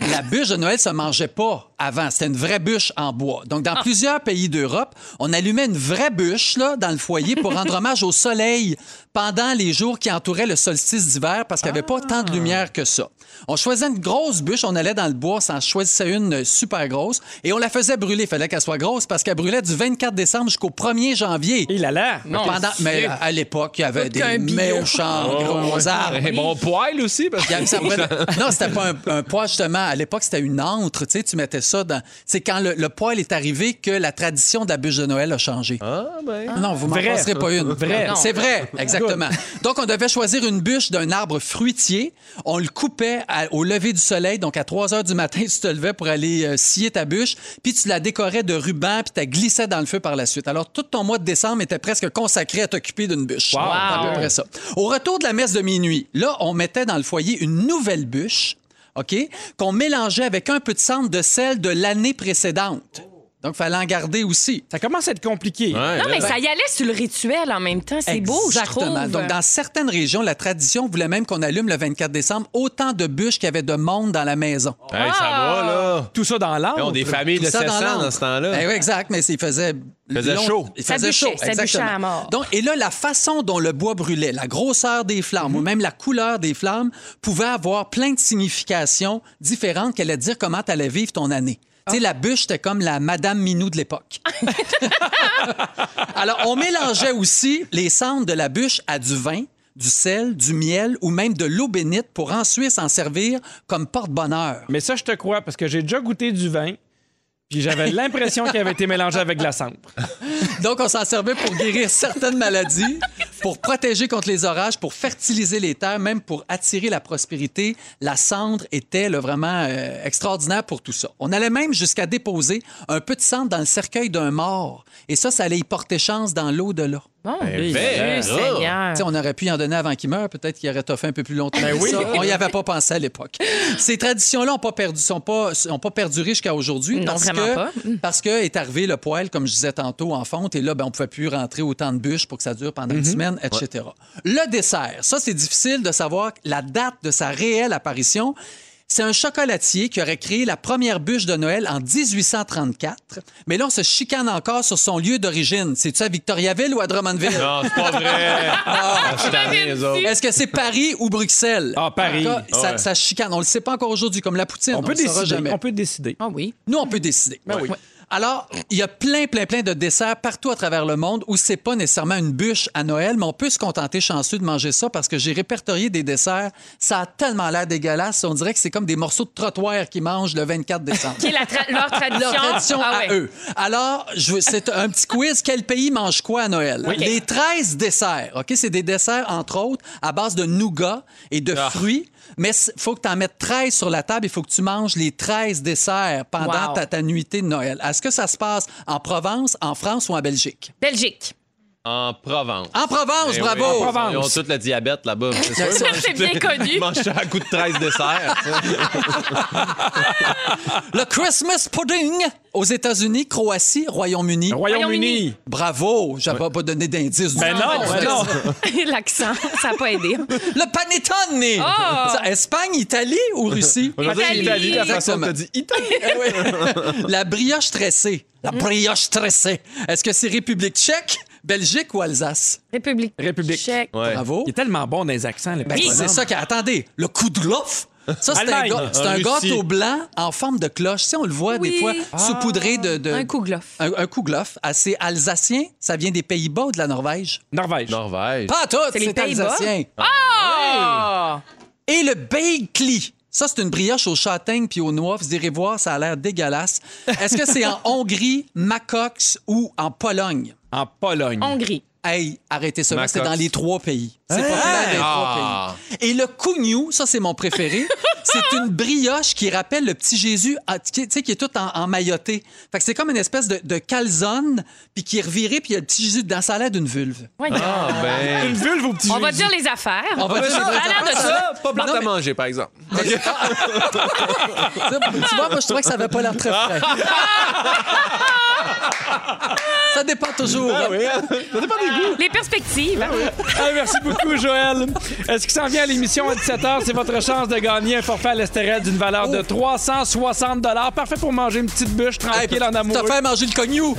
mais la bûche de Noël se mangeait pas avant. C'était une vraie bûche en bois. Donc, dans plusieurs pays d'Europe, on allumait une vraie bûche là, dans le foyer pour rendre hommage au soleil pendant les jours qui entouraient le solstice d'hiver parce qu'il n'y avait pas tant de lumière que ça. On choisissait une grosse bûche, on allait dans le bois, s'en choisissait une super grosse et on la faisait brûler. Il fallait qu'elle soit grosse parce qu'elle brûlait du 24 décembre jusqu'au 1er janvier.
Il a l'air.
Non,
Pendant- mais à l'époque, il y avait des méchants gros arbres.
Un bon poil aussi. Parce
Ah, Il y
que...
Ah avait- ça prenait- Non, c'était pas un, un poids, justement. À l'époque, c'était une antre. Tu sais, tu mettais ça. dans- C'est quand le, le poêle est arrivé que la tradition de la bûche de Noël a changé.
Ah, ben.
Non, vous m'en
Vrai.
passerez pas une.
Vrai.
C'est vrai, exactement. Donc, on devait choisir une bûche d'un arbre fruitier. On le coupait à- au lever du soleil. Donc, à 3 heures du matin, tu te levais pour aller euh, scier ta bûche. Puis, tu la décorais de rubans, puis tu la glissais dans le feu par la suite. Alors, tout ton mois de décembre était presque consacré à t'occuper d'une bûche. À peu près ça. Au retour de la messe de minuit, là, on mettait dans le foyer une nouvelle bûche, OK, qu'on mélangeait avec un peu de cendre de celle de l'année précédente. Donc, fallait en garder aussi.
Ça commence à être compliqué.
Ouais, là,
Non, mais ça y allait sur le rituel en même temps. C'est beau, je trouve.
Exactement. Donc, dans certaines régions, la tradition voulait même qu'on allume le 24 décembre autant de bûches qu'il y avait de monde dans la maison.
hey, ça va, là.
Tout ça dans l'âme.
Hey, on a des familles
Tout
de
ça
700 dans,
l'antre.
ce temps-là.
Ben oui, exact, mais il faisait... Il
faisait chaud.
Il
Ça
faisait
bûchait,
chaud,
ça bûchait
exactement.
à mort.
Donc, et là, la façon dont le bois brûlait, la grosseur des flammes
Mhm.
ou même la couleur des flammes pouvait avoir plein de significations différentes qui allaient te dire comment tu allais vivre ton année. Tu sais, la bûche, c'était comme la Madame Minou de l'époque. Alors, on mélangeait aussi les cendres de la bûche à du vin, du sel, du miel ou même de l'eau bénite pour ensuite s'en servir comme porte-bonheur.
Mais ça, je te crois, parce que j'ai déjà goûté du vin, puis j'avais l'impression qu'il avait été mélangé avec de la cendre.
Donc, on s'en servait pour guérir certaines maladies, pour protéger contre les orages, pour fertiliser les terres, même pour attirer la prospérité. La cendre était là, vraiment euh, extraordinaire pour tout ça. On allait même jusqu'à déposer un peu de cendre dans le cercueil d'un mort. Et ça, ça allait y porter chance dans l'au-delà.
Bon,
ben,
Dieu,
là.
Seigneur.
Tu sais, on aurait pu y en donner avant qu'il meure, peut-être qu'il aurait toffé un peu plus longtemps.
Ben
que
oui.
ça. On n'y avait pas pensé à l'époque. Ces traditions-là n'ont pas perdu, sont pas, ont pas perduré jusqu'à aujourd'hui.
Non,
parce
vraiment
que,
pas. Mm.
Parce que est arrivé le poêle, comme je disais tantôt, en fonte, et là, ben, on ne pouvait plus rentrer autant de bûches pour que ça dure pendant
Mm-hmm.
une semaine, etc. Le dessert, ça, c'est difficile de savoir la date de sa réelle apparition. C'est un chocolatier qui aurait créé la première bûche de Noël en 1834. Mais là, on se chicane encore sur son lieu d'origine. C'est-tu à Victoriaville ou à Drummondville?
Non, c'est pas vrai. Ah, je suis tanné, les autres.
Est-ce que c'est Paris ou Bruxelles?
Ah, Paris.
En tout cas,
Ah ouais.
ça, ça chicane. On ne le sait pas encore aujourd'hui, comme la poutine.
On, peut
le saura
décider.
jamais.
On Ben peut décider.
Ah oui.
Nous, on peut décider. Ouais. Alors, il y a plein, plein, plein de desserts partout à travers le monde où c'est pas nécessairement une bûche à Noël, mais on peut se contenter chanceux de manger ça parce que j'ai répertorié des desserts. Ça a tellement l'air dégueulasse. On dirait que c'est comme des morceaux de trottoir qu'ils mangent le 24 décembre.
Qui est la tra- leur tradition.
Leur tradition
Ah ouais.
à eux. Alors, je veux- c'est un petit quiz. Quel pays mange quoi à Noël? Les 13 desserts. OK? C'est des desserts, entre autres, à base de nougat et de fruits. Mais il faut que tu en mettes 13 sur la table. Il faut que tu manges les 13 desserts pendant
Wow.
ta, ta nuitée de Noël. Est-ce que ça se passe en Provence, en France ou en Belgique?
Belgique.
En Provence.
En Provence,
Eh oui,
Ah, bravo!
en
Provence.
Ils ont tout le diabète là-bas. C'est sûr.
C'est bien connu.
Ils mangent à coup de 13 desserts.
Le Christmas pudding aux États-Unis, Croatie, Royaume-Uni.
Royaume-Uni.
Bravo! J'avais pas donné d'indice. du
Ben
tout.
non, ben non.
L'accent, ça n'a pas aidé.
Le panettone!
Ah!
Ça, Espagne, Italie ou Russie?
Aujourd'hui,
Italie.
l'Italie, la façon
Exactement.
dont t'as dit Italie.
Eh oui. La brioche tressée. La
Mm.
brioche tressée. Est-ce que c'est République tchèque, Belgique ou Alsace?
République.
République.
Tchèque.
Ouais.
Bravo.
Il est tellement bon dans les accents, le
Ben,
petit
c'est
bonhomme.
ça qui. Attendez, le coup de l'off. Ça, c'est un,
Allemagne.
gâ- c'est
En
un
Russie.
gâteau blanc en forme de cloche. Tu sais, on le voit des
Oui. Ah,
fois saupoudré de, de-
Un kouglof.
Un, un kouglof. Ah, C'est alsacien. Ça vient des Pays-Bas ou de la Norvège?
Norvège.
Norvège.
Pas tout,
C'est les
c'est
Pays-Bas?
alsacien.
Ah!
Et le Bakely. Ça, c'est une brioche aux châtaignes puis aux noix. Vous irez voir, ça a l'air dégueulasse. Est-ce que c'est en Hongrie, Macox ou en Pologne?
En Pologne.
Hongrie.
Hey, arrêtez ça, là, c'est
Macox. Hein?
dans les trois pays. C'est populaire dans les
Ah.
trois pays. Et le cougnou, ça, c'est mon préféré. c'est une brioche qui rappelle le petit Jésus, ah, tu sais, tu sais, qui est tout en, en mailloté. Fait que c'est comme une espèce de, de calzone, puis qui est reviré, puis il y a le petit Jésus dedans. Ça a l'air d'une vulve.
Voyons.
Ah, ben.
Une vulve au petit
On va
Jésus.
dire les affaires.
On va dire les
À l'air de ça.
Ça, pas plate
Non,
à
mais-
manger, par exemple.
Tu sais, tu vois, moi, je trouvais que ça avait pas l'air très frais. ça dépend toujours.
Ben
hein.
Les perspectives. hein.
Ah, merci beaucoup, Joël. Est-ce qu'il s'en vient à l'émission à 17h? C'est votre chance de gagner un forfait à l'Estérel d'une valeur de 360 Parfait pour manger une petite bûche
Hey,
tranquille en amour.
T'as fait manger le cognou.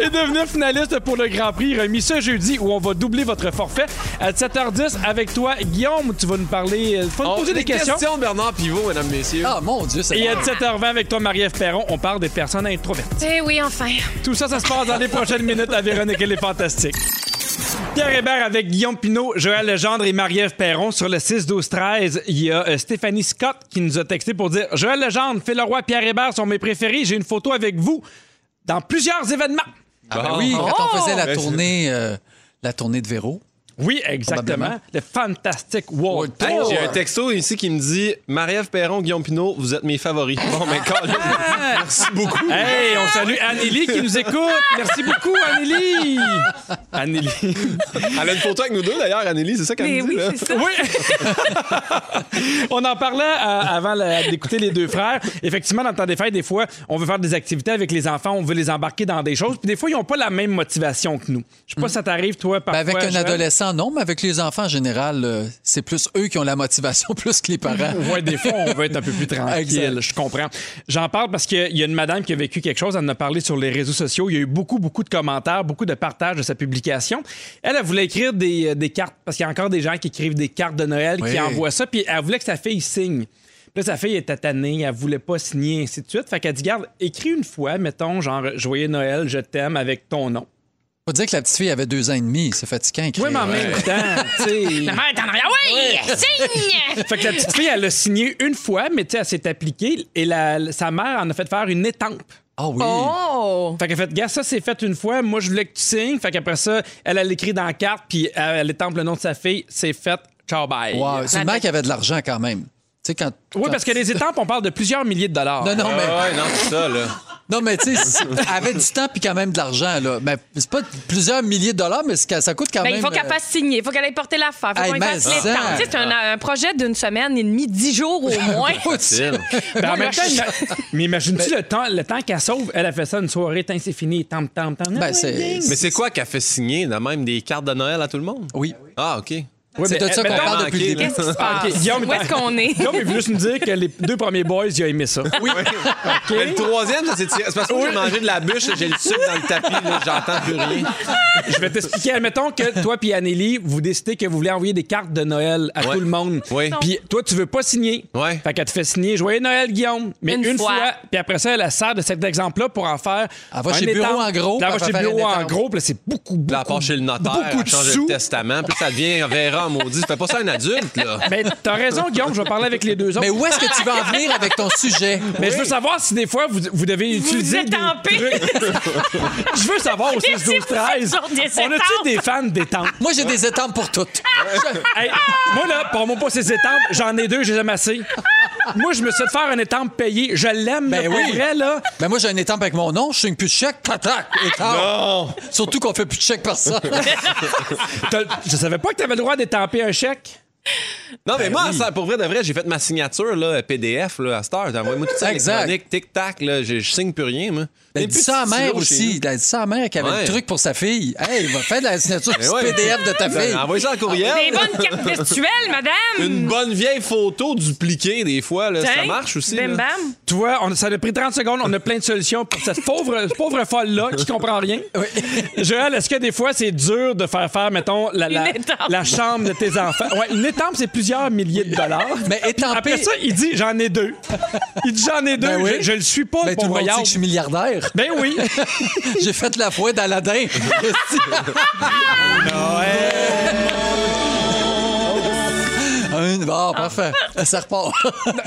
et devenir finaliste pour le Grand Prix remis ce jeudi où on va doubler votre forfait à 7h10 avec toi Guillaume tu vas nous parler euh, faut nous
On
poser des questions
Bernard Pivot, mesdames, messieurs.
Ah, mon Dieu, c'est
et à
bon.
7h20 avec toi Marie-Ève Perron on parle des personnes introverties
Eh oui, enfin.
tout ça ça se passe dans les prochaines minutes à Véronique elle est fantastique Pierre Hébert avec Guillaume Pinault, Joël Legendre et Marie-Ève Perron. Sur le 6-12-13, il y a euh, Stéphanie Scott qui nous a texté pour dire Joël Legendre, Phil Leroy, Pierre Hébert sont mes préférés. J'ai une photo avec vous dans plusieurs événements.
Ah, ben oui, quand
Oh!
on faisait la
Ben, c'est-
tournée, euh, la tournée de Véro.
Oui, exactement.
Probablement.
Le Fantastic World
World Tour.
J'ai un texto ici qui me dit Marie-Ève Perron, Guillaume Pinot, vous êtes mes favoris. Bon, mais quand
Ah,
merci beaucoup.
Ah! Hey, on salue Anneli qui nous écoute. Merci beaucoup, Anneli. Anneli.
Elle a une photo avec nous deux d'ailleurs, Anneli, c'est ça qu'elle
Mais
me dit
Eh oui,
là.
c'est ça.
Oui! on en parlait euh, avant la- d'écouter les deux frères. Effectivement, dans le temps des fêtes, des fois, on veut faire des activités avec les enfants, on veut les embarquer dans des choses. Puis des fois, ils n'ont pas la même motivation que nous. Je sais pas si ça t'arrive, toi,
Ben,
parfois.
avec un
Joël?
adolescent, non, mais avec les enfants en général, euh, c'est plus eux qui ont la motivation plus que les parents.
Ouais, des fois, on veut être un peu plus tranquille.
Exact.
Je comprends. J'en parle parce qu'il y a une madame qui a vécu quelque chose. Elle en a parlé sur les réseaux sociaux. Il y a eu beaucoup, beaucoup de commentaires, beaucoup de partages de sa publication. Elle, elle voulait écrire des, euh, des cartes parce qu'il y a encore des gens qui écrivent des cartes de Noël,
Oui.
qui envoient ça. Puis elle voulait que sa fille signe. Puis Là, sa fille était tannée, elle voulait pas signer, ainsi de suite. Fait qu'elle dit, garde, écris une fois, mettons, genre, Joyeux Noël, je t'aime, avec ton nom.
Faut dire que la petite fille avait deux ans et demi, c'est fatigant. écrire.
Oui, mais en même temps, tu sais.
La mère est en arrière. Ah Oui! Signe!
Fait que la petite fille, elle l'a signé une fois, mais tu sais, elle s'est appliquée et la- sa mère en a fait faire une étampe.
Ah oui.
Oh!
Fait qu'elle fait, gars, ça c'est fait une fois, moi je voulais que tu signes. Fait qu'après ça, elle, elle écrit dans la carte, puis elle, elle étampe le nom de sa fille, c'est fait, ciao bye.
Wow, C'est
La-
une mère qui avait de l'argent quand même. Tu sais, quand.
Oui,
quand-
parce que les étampes, on parle de plusieurs milliers de dollars.
Non, non, mais,
Ah ouais, non, c'est ça là.
non, mais tu sais, elle avait du temps puis quand même de l'argent, là. Mais c'est pas plusieurs milliers de dollars, mais c'est que ça coûte quand
Ben,
même.
il faut qu'elle
euh,
fasse signer, il faut qu'elle aille porter l'affaire, il faut
Hey,
qu'on lui fasse
mais
les
ça. ah.
temps. Tu sais, C'est un, un projet d'une semaine et demie, dix jours au moins.
Ben, en même temps, ima- mais imagine-tu le temps, le temps qu'elle sauve, elle a fait ça une soirée, Tiens, c'est fini, étampe, tampe, tampe.
Ben, c'est.
Mais c'est quoi qu'elle fait signer de même des cartes de Noël à tout le monde?
Oui.
Ah, OK.
Ouais,
c'est
ben,
de ça
ben,
qu'on
ben,
parle
manqué,
depuis le
là.
début.
Qu'est-ce qui se passe?
Ok, Guillaume,
Où est-ce qu'on est?
Guillaume, il veut juste nous dire que les deux premiers boys, il a aimé ça. Oui.
Mais le troisième, ça s'est tiré. C'est parce que moi, j'ai mangé de la bûche, j'ai le sucre dans le tapis, là, j'entends plus rien.
Je vais t'expliquer. Admettons que toi puis Anneli, vous décidez que vous voulez envoyer des cartes de Noël à
Ouais.
tout le monde.
Oui.
Puis toi, tu veux pas signer.
Ouais.
Fait qu'elle te fait signer Joyeux Noël, Guillaume. Mais une,
Une
fois.
fois.
Puis après ça, elle la sert de cet exemple-là pour en faire.
Elle va
un
chez
étampe.
Bureau en gros,
Elle va
puis elle va
chez
faire
Bureau
une
en
étampe.
gros. Puis là, c'est beaucoup, beaucoup.
Puis elle part chez le notaire,
Beaucoup
elle
de
change
sous.
le testament, puis ça devient Vera maudit. Tu fais pas ça à un adulte, là.
Ben, t'as raison, Guillaume. Je vais parler avec les deux autres.
Mais où est-ce que tu vas en venir avec ton sujet?
Mais je veux savoir si des fois vous, vous devez utiliser
vous
des
étampez.
trucs. je veux savoir au 6 12 13.
Sur des
On a-tu
étampes.
des fans d'étampes
Moi, j'ai des étampes pour toutes.
Hey, moi, là, pour mon pas ces étampes, j'en ai deux, j'ai jamais assez. Moi, je me suis fait faire une étampe payée. Je l'aime,
Ben
là, pour
oui.
vrai, là.
Mais Ben, moi, j'ai une étampe avec mon nom, je signe plus de chèque, patac, étampe. Surtout qu'on fait plus de chèque par ça. Ben,
T'as- Je savais pas que t'avais le droit d'étamper un chèque.
Non,
Ben
mais moi, ça, pour vrai, de vrai, j'ai fait ma signature, là, PDF, là, à cette heure. Envoyez-moi tout ça
Exact.
électronique, tic-tac, là. Je, je signe plus rien, moi.
Elle
Même
dit
plus
ça à
de
mère
stylo chez
aussi.
nous.
Elle dit ça à mère qui avait
Ouais.
le truc pour sa fille. Hey, va faire de la signature
Mais
sur ce
Ben ouais.
PDF de ta fille.
Envoyez ça en courriel.
Ah, Des bonnes cartes
euh,
virtuelles, madame!
Une bonne vieille photo dupliquée, des fois, là. Ça
Hein?
marche aussi.
Bim
là.
bam!
Tu vois, on- ça a pris 30 secondes, on a plein de solutions pour cette pauvre, pauvre folle-là qui comprend rien. Joël, est-ce que des fois, c'est dur de faire faire, mettons, la, la,
Une étampe.
la chambre de tes enfants? Ouais, une étampe, c'est plusieurs milliers de dollars.
Mais étampé,
Après ça, il dit j'en ai deux. Il dit j'en ai deux,
Ben oui.
je, je le suis pas,
ben,
le
tout
bon
le monde sait
voyage.
que je suis milliardaire.
Ben oui.
J'ai fait la foi d'Aladin. Un, bon, Ah, parfait. Ça repart.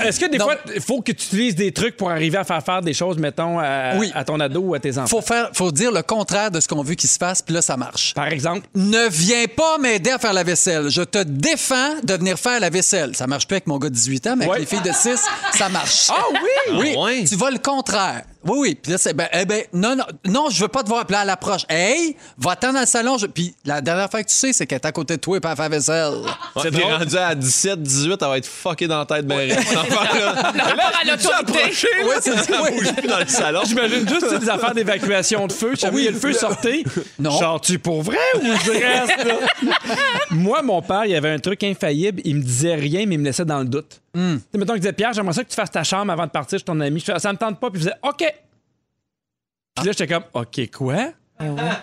Est-ce que des
Non.
fois, il faut que tu utilises des trucs pour arriver à faire faire des choses, mettons, à,
Oui.
à ton ado ou à tes enfants?
Faut faire, faut dire le contraire de ce qu'on veut qu'il se fasse, puis là, ça marche.
Par exemple,
Ne viens pas m'aider à faire la vaisselle. Je te défends de venir faire la vaisselle. Ça marche pas avec mon gars de 18 ans, mais
Ouais.
avec les filles de 6, ça marche. Ah
oui?
Oui,
Ah ouais.
tu vas le contraire. Oui, oui. Puis là, c'est, ben, eh ben, non, non, non, je veux pas te voir. Puis là, à l'approche, hey, va-t'en dans le salon. Je- Puis la dernière fois que tu sais, c'est qu'elle est à côté de toi et pas à faire la vaisselle.
C'est
drôle.
rendu à 17, 18, elle va être fuckée dans la tête, ben raide, cette affaire-là. Mais là,
à
je peux-tu
l'autorité.
approcher, là?
Oui, c'est ça.
Elle bouge plus dans le salon.
j'imagine juste tu sais, des affaires d'évacuation de feu. Oui, le feu sortait.
Non.
Sors-tu pour vrai ou je reste là? Moi, mon père, il avait un truc infaillible. Il me disait rien, mais il me laissait dans le doute.
Hmm.
Tu sais, Mettons qu'il disait Pierre, j'aimerais ça que tu fasses ta chambre avant de partir chez ton ami. Je fais, ça me tente pas. Puis il faisait OK. Puis là, j'étais comme OK, quoi?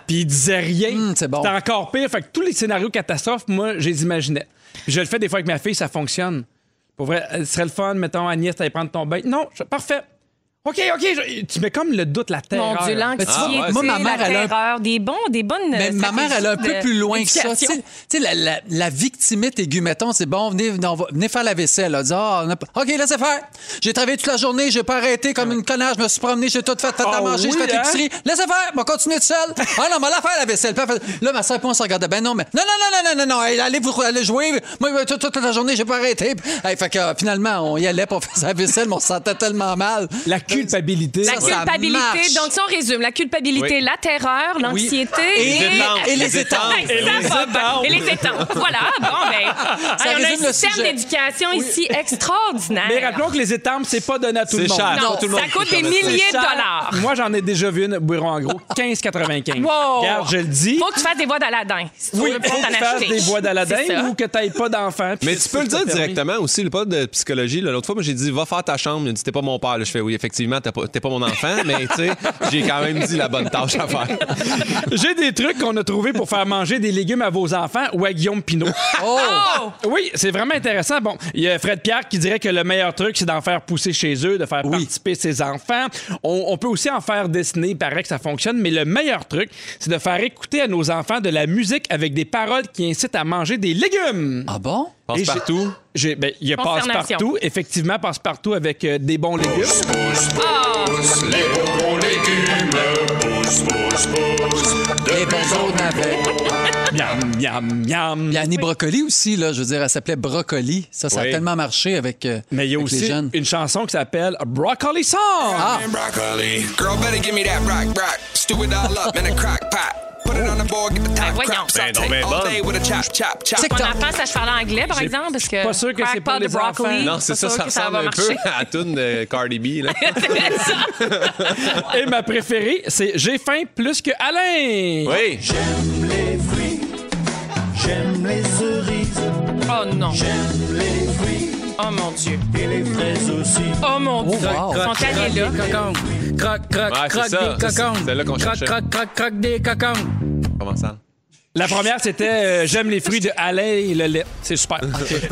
Puis il disait rien.
Ah Hmm, c'est bon.
C'était encore pire. Fait que tous les scénarios catastrophes, moi, je les imaginais. Puis je le fais des fois avec euh, ma fille, ça fonctionne. Pour vrai, ce serait le fun, mettons, Agnès, t'allais prendre ton bain. Non, je- parfait. OK, OK, je- tu mets comme le doute, la terreur.
Mon Dieu,
Mais tu vois,
l'anxiété,
moi, ma
la
mère, elle a un-
terreur, des bons, des bonnes.
Mais
euh,
Ben, ma mère, elle est un peu
stratégies
plus loin que ça. Tu
d'éducation.
sais, tu sais, la, la, la victimite aiguë, mettons, c'est bon, venez, on va- venez faire la vaisselle. Elle dit, Ah, on a pas- OK, laissez faire. J'ai travaillé toute la journée, j'ai pas arrêté comme une connasse, je me suis promené, j'ai tout fait, fait à
Ah
manger, j'ai
oui,
fait
hein?
l'épicerie. Laissez faire, on va continuer tout seul. Ah non, on va la faire la vaisselle. Puis elle fait- Là, ma soeur et moi, on se regardait. Ben non, mais non, non, non, non, non, non, hey, allez, vous, allez jouer. Moi, euh, toute, toute, toute la journée, j'ai pas arrêté. Hey, fait que euh, finalement, on y allait pour faire la vaisselle, mais on se sentait tellement mal.
La culpabilité.
La
La
Ça, ça marche.
culpabilité, donc si on résume, la culpabilité,
Oui.
la terreur, l'anxiété
Et les étangs.
et les
Les étangs.
étanches.
Et
les étanches.
Et les étanches. Voilà, bon, ben. hey, on a
résume
un
le
système
sujet.
d'éducation ici extraordinaire.
Mais rappelons que les étampes, c'est pas donné à tout le
C'est
monde.
cher.
non,
pas tout le
ça
monde
coûte
peut
des
faire ça.
milliers de
Ça,
dollars.
Moi, j'en ai déjà vu une, Bouiron, en gros, 15,95.
Wow.
Regarde, je le dis.
Faut que tu fasses des voix d'Aladin. si tu
Oui,
veux
faut
pouvoir
que tu
t'en
fasses
acheter.
des voix
C'est ça.
d'Aladin ou que t'ailles pas d'enfant. puis
Mais
c'est
tu
ça
peux
qui
le dire
te permet.
directement aussi, le pas de psychologie. là. L'autre fois, moi, j'ai dit, va faire ta chambre. Il a dit, t'es pas mon père. Là, je fais, oui, effectivement, t'es pas, t'es pas mon enfant, mais tu sais, j'ai quand même dit la bonne tâche à faire.
J'ai des trucs qu'on a trouvés pour faire manger des légumes à vos enfants ou à Guillaume Pinot.
Oh!
Oui, c'est vraiment intéressant. Bon, il y a Fred Pierre qui dirait que le meilleur truc, c'est d'en faire pousser chez eux, de faire participer ses enfants. On, on peut aussi en faire dessiner, il paraît que ça fonctionne, mais le meilleur truc, c'est de faire écouter à nos enfants de la musique avec des paroles qui incitent à manger des légumes.
Ah bon?
Pense
Et j'ai-
partout.
J'ai- ben, Il y a
Consternation.
passe-partout, effectivement, passe-partout avec euh, des bons légumes.
Les bonbons navets.
Miam, miam, miam.
Il y a Annie Brocoli aussi, là, je veux dire, elle s'appelait Brocoli. Ça, ça a
Oui.
tellement marché avec, euh,
Mais il y a
avec les
aussi
jeunes. Ah!
une chanson qui s'appelle Broccoli Song.
Girl, better give me that rock, rock. Stew it all up in a crock pot. Put it on the board, get the top
voyons.
crop.
Ben,
Saute all day with a chop, chop, chop.
C'est
Mon enfant sache parler anglais, par
J'ai-
exemple, parce que.
pas sûr que
crack
c'est pour
pot de
les
broccoli,
enfants.
Non, c'est
pas
ça,
sûr
ça
que
ressemble
va
un peu
marcher.
à la toune de Cardi B. là.
Et ma préférée, c'est J'ai faim plus que Alain.
Oui.
Oh non. Oh mon Dieu. Oh mon Dieu.
wow.
Ils sont allés là.
Croc, croc,
Ouais, c'est
croc
ça.
des cocons.
C'est- c'est là qu'on
croc,
cherchait.
croc, croc, croc des cocons.
Comment ça?
La première, c'était euh, J'aime les fruits de Alain et le lait. C'est super.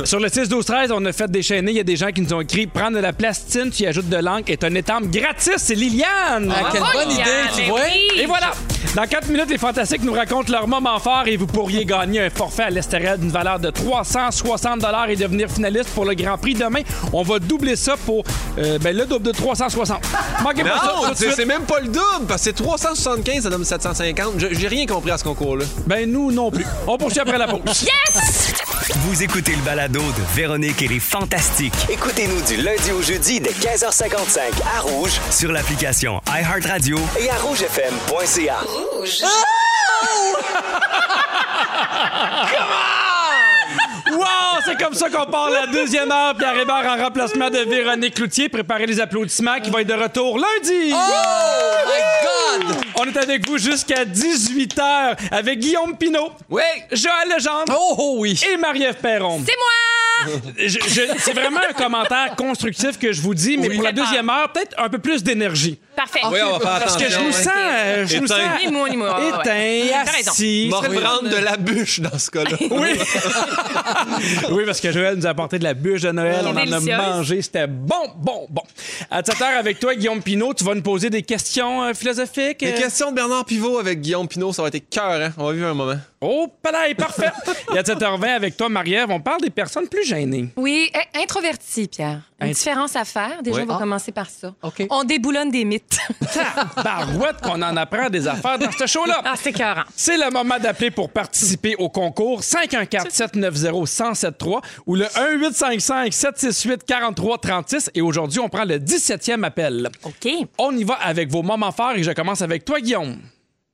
Sur le 6-12-13, on a fait déchaîner. Il y a des gens qui nous ont écrit Prendre de la plastine, tu y ajoutes de l'encre, est un étampe gratis. C'est Liliane.
Ah, quelle bonne
Yann,
idée, tu
mais
vois?
oui.
Et voilà! Dans 4 minutes, les Fantastiques nous racontent leur moment fort et vous pourriez gagner un forfait à l'Estérel d'une valeur de 360 et devenir finaliste pour le Grand Prix demain. On va doubler ça pour euh, ben, le double de 360. Manquez pas ça tout
Non,
de
c'est
suite.
c'est même pas le double, parce que c'est 375, ça donne 750. Je- J'ai rien compris à ce concours-là.
Ben nous non plus. On poursuit après la pause.
Vous écoutez le balado de Véronique et les Fantastiques
Écoutez-nous du lundi au jeudi dès 15h55 à Rouge
sur l'application iHeartRadio
et à rougefm.ca.
Wow! C'est comme ça qu'on part la deuxième heure. Pierre Hébert en remplacement de Véronique Cloutier. Préparez les applaudissements qui vont être de retour lundi.
Oh my God!
On est avec vous jusqu'à 18h avec Guillaume Pinault. Oui. Joël Legendre.
Oh, oh oui!
Et Marie-Ève Perron.
C'est moi!
Je- je- C'est vraiment un commentaire constructif que je vous dis, mais
Oui.
pour la
Fais peur.
deuxième heure, peut-être un peu plus d'énergie.
Parfait.
Oui, on va faire
Parce que je
attention.
nous sens. euh, je nous sens
Éteint.
Ah, Ni moi, ni moi. Ah, Ouais, ouais.
éteint,
T'as raison.
assis.
Morbrande de la bûche dans ce cas-là.
Oui. oui, parce que Joël nous a apporté de la bûche de Noël.
Qui est
On en
délicieuse.
a mangé. C'était bon, bon, bon. À 7 heures avec toi, Guillaume Pinault, tu vas nous poser des questions euh, philosophiques.
Les
euh,
questions de Bernard Pivot avec Guillaume Pinot, ça va être cœur, hein? On va vivre un moment.
Oh, palais, parfait. Et à 7h20 avec toi, Marie-Ève, on parle des personnes plus gênées.
Oui, eh, introverti, Pierre. Une
Int-
différence à faire. Déjà,
Oui.
on va
Ah.
commencer par ça.
OK.
On déboulonne des mythes.
Barouette qu'on en apprend des affaires dans ce show-là.
ah, c'est écœurant.
C'est le moment d'appeler pour participer au concours 514-790-1073 ou le 1855-768-4336. Et aujourd'hui, on prend le 17e appel.
OK.
On y va avec vos moments forts et je commence avec toi, Guillaume.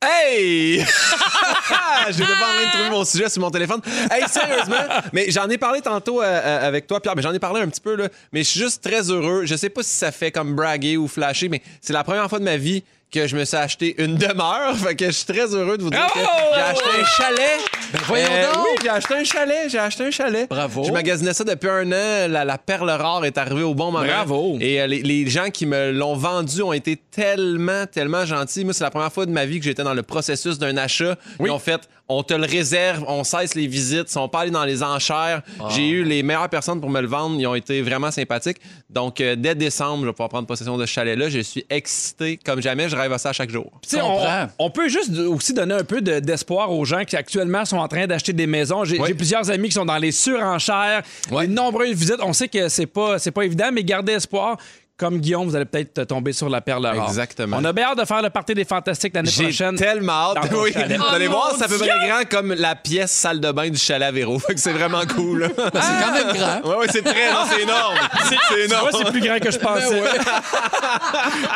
Hey! J'ai pas envie de trouver mon sujet sur mon téléphone. Hey, sérieusement, mais j'en ai parlé tantôt euh, euh, avec toi, Pierre, mais j'en ai parlé un petit peu, là. Mais je suis juste très heureux. Je sais pas si ça fait comme braguer ou flasher, mais c'est la première fois de ma vie que je me suis acheté une demeure. Fait que je suis très heureux de vous dire que
Bravo!
j'ai acheté un chalet.
Oh! Ben,
Euh,
voyons donc!
Oui, j'ai acheté un chalet. J'ai acheté un chalet.
Bravo.
Je magasinais ça depuis un an. La, la perle rare est arrivée au bon moment.
Bravo.
Et euh, les, les gens qui me l'ont vendu ont été tellement, tellement gentils. Moi, c'est la première fois de ma vie que j'étais dans le processus d'un achat. Ils ont fait on te le réserve, on cesse les visites, ils sont pas allés dans les enchères. J'ai eu les meilleures personnes pour me le vendre. Ils ont été vraiment sympathiques. Donc, euh, dès décembre, je vais pouvoir prendre possession de ce chalet-là. Je suis excité comme jamais. Je rêve à ça à chaque jour.
Tu sais, on,
Comprends.
on peut juste de- aussi donner un peu de- d'espoir aux gens qui actuellement sont en train d'acheter des maisons. J'ai j'ai plusieurs amis qui sont dans les surenchères,
Ouais.
de nombreuses visites. On sait que c'est pas c'est pas évident, mais gardez espoir. Comme Guillaume, vous allez peut-être tomber sur la perle rare.
Exactement.
On a bien hâte de faire le party des fantastiques l'année
J'ai
prochaine.
tellement hâte.
Dans ton
Oui.
chalet.
Vous allez voir, ça peut être grand comme la pièce salle de bain du chalet à Véro. Fait que c'est vraiment cool. là.
C'est quand même grand.
Ouais, ouais, c'est très, non, c'est énorme. C'est
Tu vois,
énorme.
c'est plus grand
Ben
que je pensais.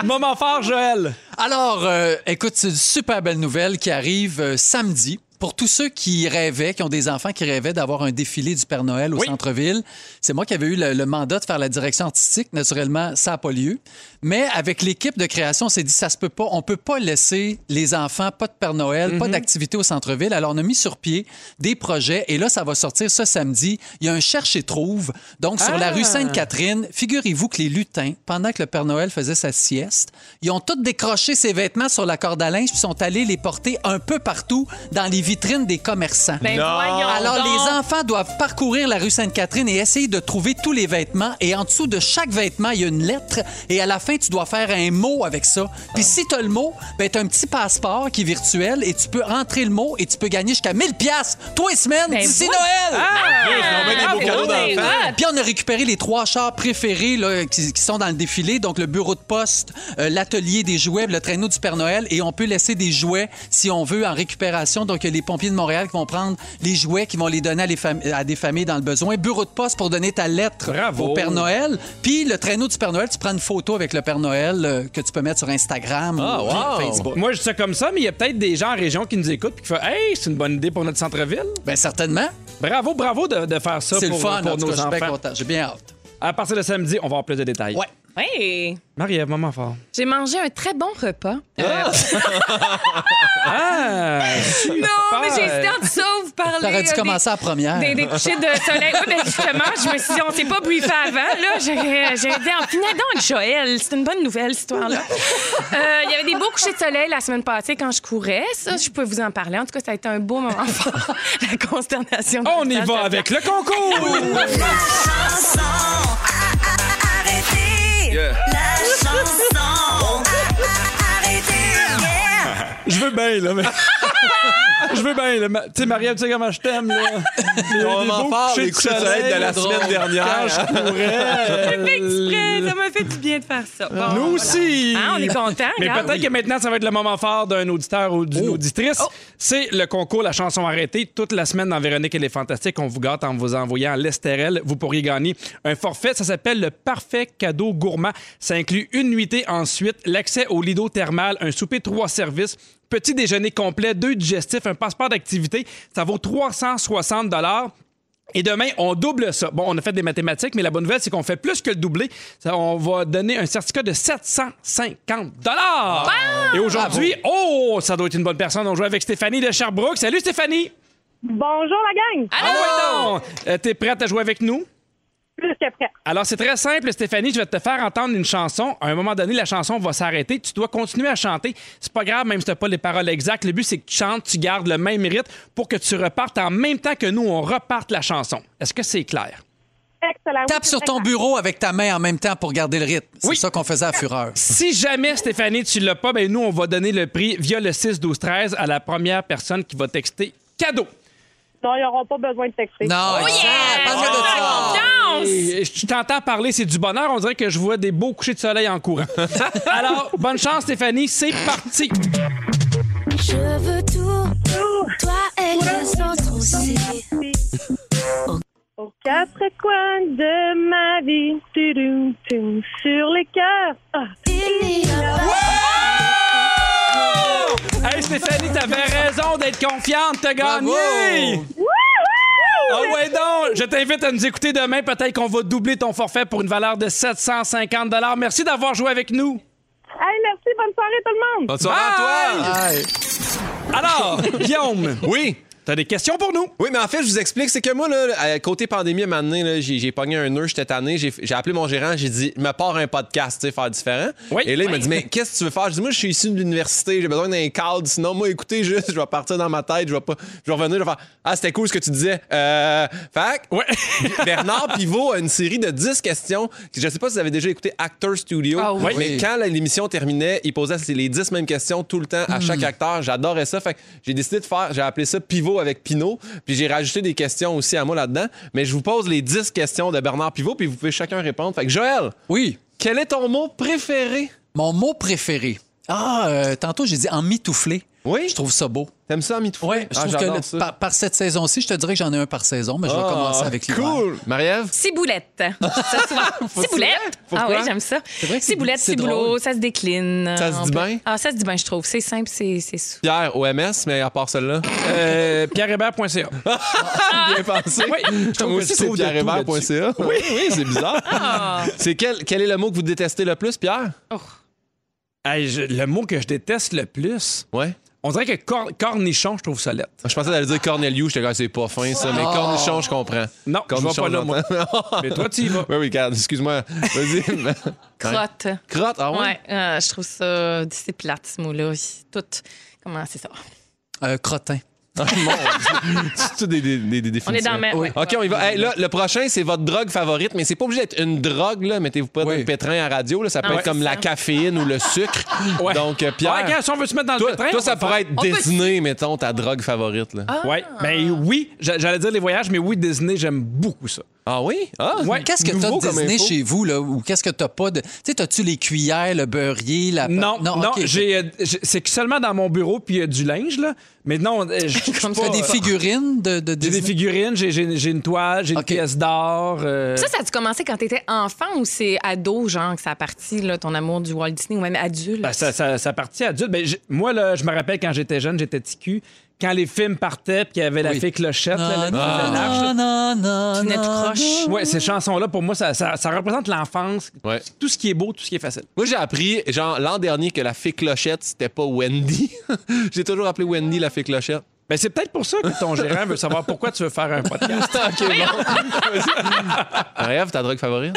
Moment fort, Joël.
Alors, euh, écoute, c'est une super belle nouvelle qui arrive euh, samedi. Pour tous ceux qui rêvaient, qui ont des enfants qui rêvaient d'avoir un défilé du Père Noël au
Oui.
centre-ville, c'est moi qui avais eu le, le mandat de faire la direction artistique. Naturellement, ça n'a pas lieu. Mais avec l'équipe de création, on s'est dit, ça se peut pas. On peut pas laisser les enfants, pas de Père Noël, pas d'activité au centre-ville. Alors, on a mis sur pied des projets et là, ça va sortir ce samedi. Il y a un cherche et trouve. Donc, sur la rue Sainte-Catherine, figurez-vous que les lutins, pendant que le Père Noël faisait sa sieste, ils ont tous décroché ses vêtements sur la corde à linge puis sont allés les porter un peu partout dans les vitrines des commerçants.
Ben voyons
Alors,
donc.
les enfants doivent parcourir la rue Sainte-Catherine et essayer de trouver tous les vêtements. Et en dessous de chaque vêtement, il y a une lettre. Et à la fin, tu dois faire un mot avec ça. Puis si tu as le mot, ben, tu as un petit passeport qui est virtuel et tu peux entrer le mot et tu peux gagner jusqu'à 1000 pièces tous les semaines
Ben
d'ici
voilà.
Noël.
On met des beaux cadeaux
ben
d'enfants.
ouais.
Puis on a récupéré les trois chars préférés là, qui, qui sont dans le défilé, donc le bureau de poste, euh, l'atelier des jouets, le traîneau du Père Noël, et on peut laisser des jouets si on veut en récupération. Donc il y a les pompiers de Montréal qui vont prendre les jouets, qui vont les donner à, les fam- à des familles dans le besoin. Bureau de poste pour donner ta lettre
Bravo.
au Père Noël. Puis le traîneau du Père Noël, tu prends une photo avec le Père Noël euh, que tu peux mettre sur Instagram
Ah,
ou
Ah, wow.
Facebook.
Moi, je dis ça comme ça, mais il y a peut-être des gens en région qui nous écoutent et qui font Hey, c'est une bonne idée pour notre centre-ville.
Bien Ben, certainement,
Bravo, bravo de, de faire ça
c'est le
pour,
fun.
pour
en tout
nos
cas, je suis bien
enfants.
content. J'ai bien hâte.
À partir de samedi, on va avoir plus de détails.
Ouais.
Hey!
Marie-Ève, moment fort.
J'ai mangé un très bon repas. Euh,
Ah!
non, mais j'ai hésité entre ça ou vous parler.
T'aurais dû
euh, des-
commencer à la première.
Des, des couchers de soleil. Oui, mais justement, je me suis dit, on s'est pas briefé avant. Là, j'ai j'ai dit, en finale, donc, Joël, c'est une bonne nouvelle, cette histoire-là. Euh, Il y avait des beaux couchers de soleil la semaine passée quand je courais. Ça, je peux vous en parler. En tout cas, ça a été un beau moment fort. La consternation. de
On y
Christophe
va
Laplante.
avec le concours!
Yeah.
je veux bien, là, mais. je veux bien, là. ma- Tu sais, Marie-Ève, tu sais comment je t'aime, là. Les,
moment fort, les couchers de soleil de la semaine dernière.
Quand je courais.
Fait exprès, ça m'a fait du bien de faire ça. Bon,
Nous
voilà.
aussi!
Hein, on est contents,
Mais
regarde.
peut-être que maintenant, ça va être le moment fort d'un auditeur ou d'une auditrice.
Oh.
C'est le concours La chanson arrêtée. Toute la semaine dans Véronique et les Fantastiques, on vous gâte en vous envoyant à l'Estérel. Vous pourriez gagner un forfait. Ça s'appelle le Parfait Cadeau Gourmand. Ça inclut une nuitée ensuite, l'accès au lido thermal, un souper trois services, petit déjeuner complet, deux digestifs, un passeport d'activité. Ça vaut 360 et demain, on double ça. Bon, on a fait des mathématiques, mais la bonne nouvelle, c'est qu'on fait plus que le doublé. Ça, On va donner un certificat de 750 dollars. Et aujourd'hui, oh, ça doit être une bonne personne. On joue avec Stéphanie de Sherbrooke. Salut Stéphanie.
Bonjour la gang!
Ah ouais donc. Euh, T'es prête à jouer avec nous?
Plus que prêt.
Alors, c'est très simple, Stéphanie. Je vais te faire entendre une chanson. À un moment donné, la chanson va s'arrêter. Tu dois continuer à chanter. C'est pas grave, même si t'as pas les paroles exactes. Le but, c'est que tu chantes, tu gardes le même rythme pour que tu repartes en même temps que nous, on reparte la chanson. Est-ce que c'est clair?
Excellent.
Tape
Oui,
sur
c'est
ton
clair.
bureau avec ta main en même temps pour garder le rythme. C'est
Oui.
ça qu'on faisait à Fureur.
Si jamais, Stéphanie, tu l'as pas, ben nous, on va donner le prix via le 6-12-13 à la première personne qui va texter cadeau.
Non, ils n'auront pas besoin de texter.
Non, exact. Parle-moi
Oh,
de ça.
Et je t'entends parler, c'est du bonheur. On dirait que je vois des beaux couchers de soleil en courant. Alors, bonne chance, Stéphanie. C'est parti.
Je veux tout, toi et les autres aussi.
Aux quatre coins de ma vie, tu sur les cœurs. Ah,
Il n'y a pas
Hey, Stéphanie, t'avais raison d'être confiante. T'as gagné.
Bravo.
Ah ouais donc, je t'invite à nous écouter demain. Peut-être qu'on va doubler ton forfait pour une valeur de 750 Merci d'avoir joué avec nous.
Hey, merci, bonne soirée, tout le monde.
Bonne soirée à Alors, Guillaume.
Oui.
T'as des questions pour nous?
Oui, mais en fait, je vous explique. C'est que moi, là, à côté pandémie, à un moment donné, là, j'ai, j'ai pogné un nœud, j'étais tanné. J'ai, j'ai appelé mon gérant, j'ai dit, me part un podcast, tu sais, faire différent. Et là, il m'a dit, mais Ben, qu'est-ce que tu veux faire? J'ai dit, moi, je suis issu de l'université, j'ai besoin d'un cadre. Sinon, moi, écoutez, juste, je vais partir dans ma tête, je vais pas. Je vais revenir, je vais faire, ah, c'était cool ce que tu disais. Euh, fac.
Ouais.
Bernard Pivot a une série de 10 questions. Je sais pas si vous avez déjà écouté Actor Studio.
Ah oui.
Mais
Oui.
quand la- l'émission terminait, il posait les 10 mêmes questions tout le temps à
Hmm.
chaque acteur. J'adorais ça. Fait que j'ai décidé de faire, j'ai appelé ça Pivot avec Pinot. Puis j'ai rajouté des questions aussi à moi là-dedans. Mais je vous pose les 10 questions de Bernard Pivot, puis vous pouvez chacun répondre. Fait que Joël.
Oui.
Quel est ton mot préféré?
Mon mot préféré. Ah, euh, tantôt, j'ai dit en mitouflé.
Oui.
Je trouve ça beau.
T'aimes ça en mitouflé?
Oui, je trouve que
j'adore
le-
ça.
par, par cette saison-ci, je te dirais que j'en ai un par saison, mais je vais
Ah,
commencer avec l'hiver.
Cool! Marie-Ève?
Ciboulette. Ça, souvent. Ciboulette. Ah oui,
Pourquoi?
j'aime ça.
C'est vrai que c'est-
Ciboulette,
c'est
ciboulot,
drôle.
ça se décline.
Ça se
On
dit
peut-
bien?
Ah, ça se dit bien, je trouve. C'est simple, c'est c'est sou-
Pierre, OMS, mais à part celle-là.
Euh, pierrehébert.ca.
Bien pensé.
Oui, Ah! je trouve
Moi
que
aussi,
tu
c'est
trouves de tout
pierrehébert.ca. Oui, oui, c'est bizarre.
Ah.
C'est quel, quel est le mot que vous détestez le plus, Pierre?
Hey, je- le mot que je déteste le plus.
Ouais.
On dirait que cor- cornichon, je trouve ça lettre.
Je pensais d'aller dire Corneliu, j'étais comme c'est pas fin ça, mais
Oh.
Cornichon, je comprends.
Non, je
Cornichon,
vais pas là,
j'entends.
moi. Mais toi, tu y vas.
Oui, oui, regarde, excuse-moi. Vas-y.
Crotte.
Crotte, ah ouais?
Ouais, euh, je trouve ça. C'est plate, ce mot-là. Tout. Comment c'est ça?
Euh, crottin.
Ah, mon Dieu. C'est tout des, des, des, des
On est
définitions.
dans la mer, Oui. ouais.
OK, on y va. Hey, là, le prochain, c'est votre drogue favorite, mais c'est pas obligé d'être une drogue, là. Mettez-vous pas dans le pétrin à radio, là. Ça peut
Non,
être
ouais,
comme
c'est
la
ça.
caféine ou le sucre. Donc, euh, Pierre.
Ouais, regarde, si on veut se mettre dans le
toi,
pétrin,
Toi,
on
ça
va faire-
pourrait être
On peut-
Disney, mettons, ta drogue favorite, là.
Ouais. Ben oui, j'a- j'allais dire les voyages, mais oui, Disney, j'aime beaucoup ça.
Ah oui? Ah,
Ouais.
Qu'est-ce que t'as
Nouveau
de
comme
Disney
info.
chez vous, là? Ou qu'est-ce que t'as pas de. Tu sais, t'as-tu les cuillères, le beurrier, la.
Non, non,
Ben, ok.
j'ai, euh, j'ai- c'est que seulement dans mon bureau, puis il y a du linge, là. Mais non, euh, je- je suis
T'as
pas-
des figurines de, de
J'ai
Disney?
des figurines, j'ai, j'ai- j'ai une toile, j'ai une pièce d'or. euh,
Ça, ça a dû commencer quand t'étais enfant ou c'est ado, genre, que ça a parti, là, ton amour du Walt Disney ou même adulte?
Ben, ça, ça, ça partit adulte. Ben, j'ai- moi, là, je me rappelle quand j'étais jeune, j'étais ticu. Quand les films partaient, puis qu'il y avait la
Oui.
fée clochette, là, la-
Non,
la- la- la-
non, non, non,
Qui venait tout
non,
croche.
Ouais, ces chansons-là, pour moi, ça, ça, ça représente l'enfance,
Ouais.
tout ce qui est beau, tout ce qui est facile.
Moi, j'ai appris, genre, l'an dernier, que la fée clochette, c'était pas Wendy. j'ai toujours appelé Wendy la fée clochette.
Ben, c'est peut-être pour ça que ton gérant veut savoir pourquoi tu veux faire un podcast.
ok, bon. Rêve, ta drogue favorite?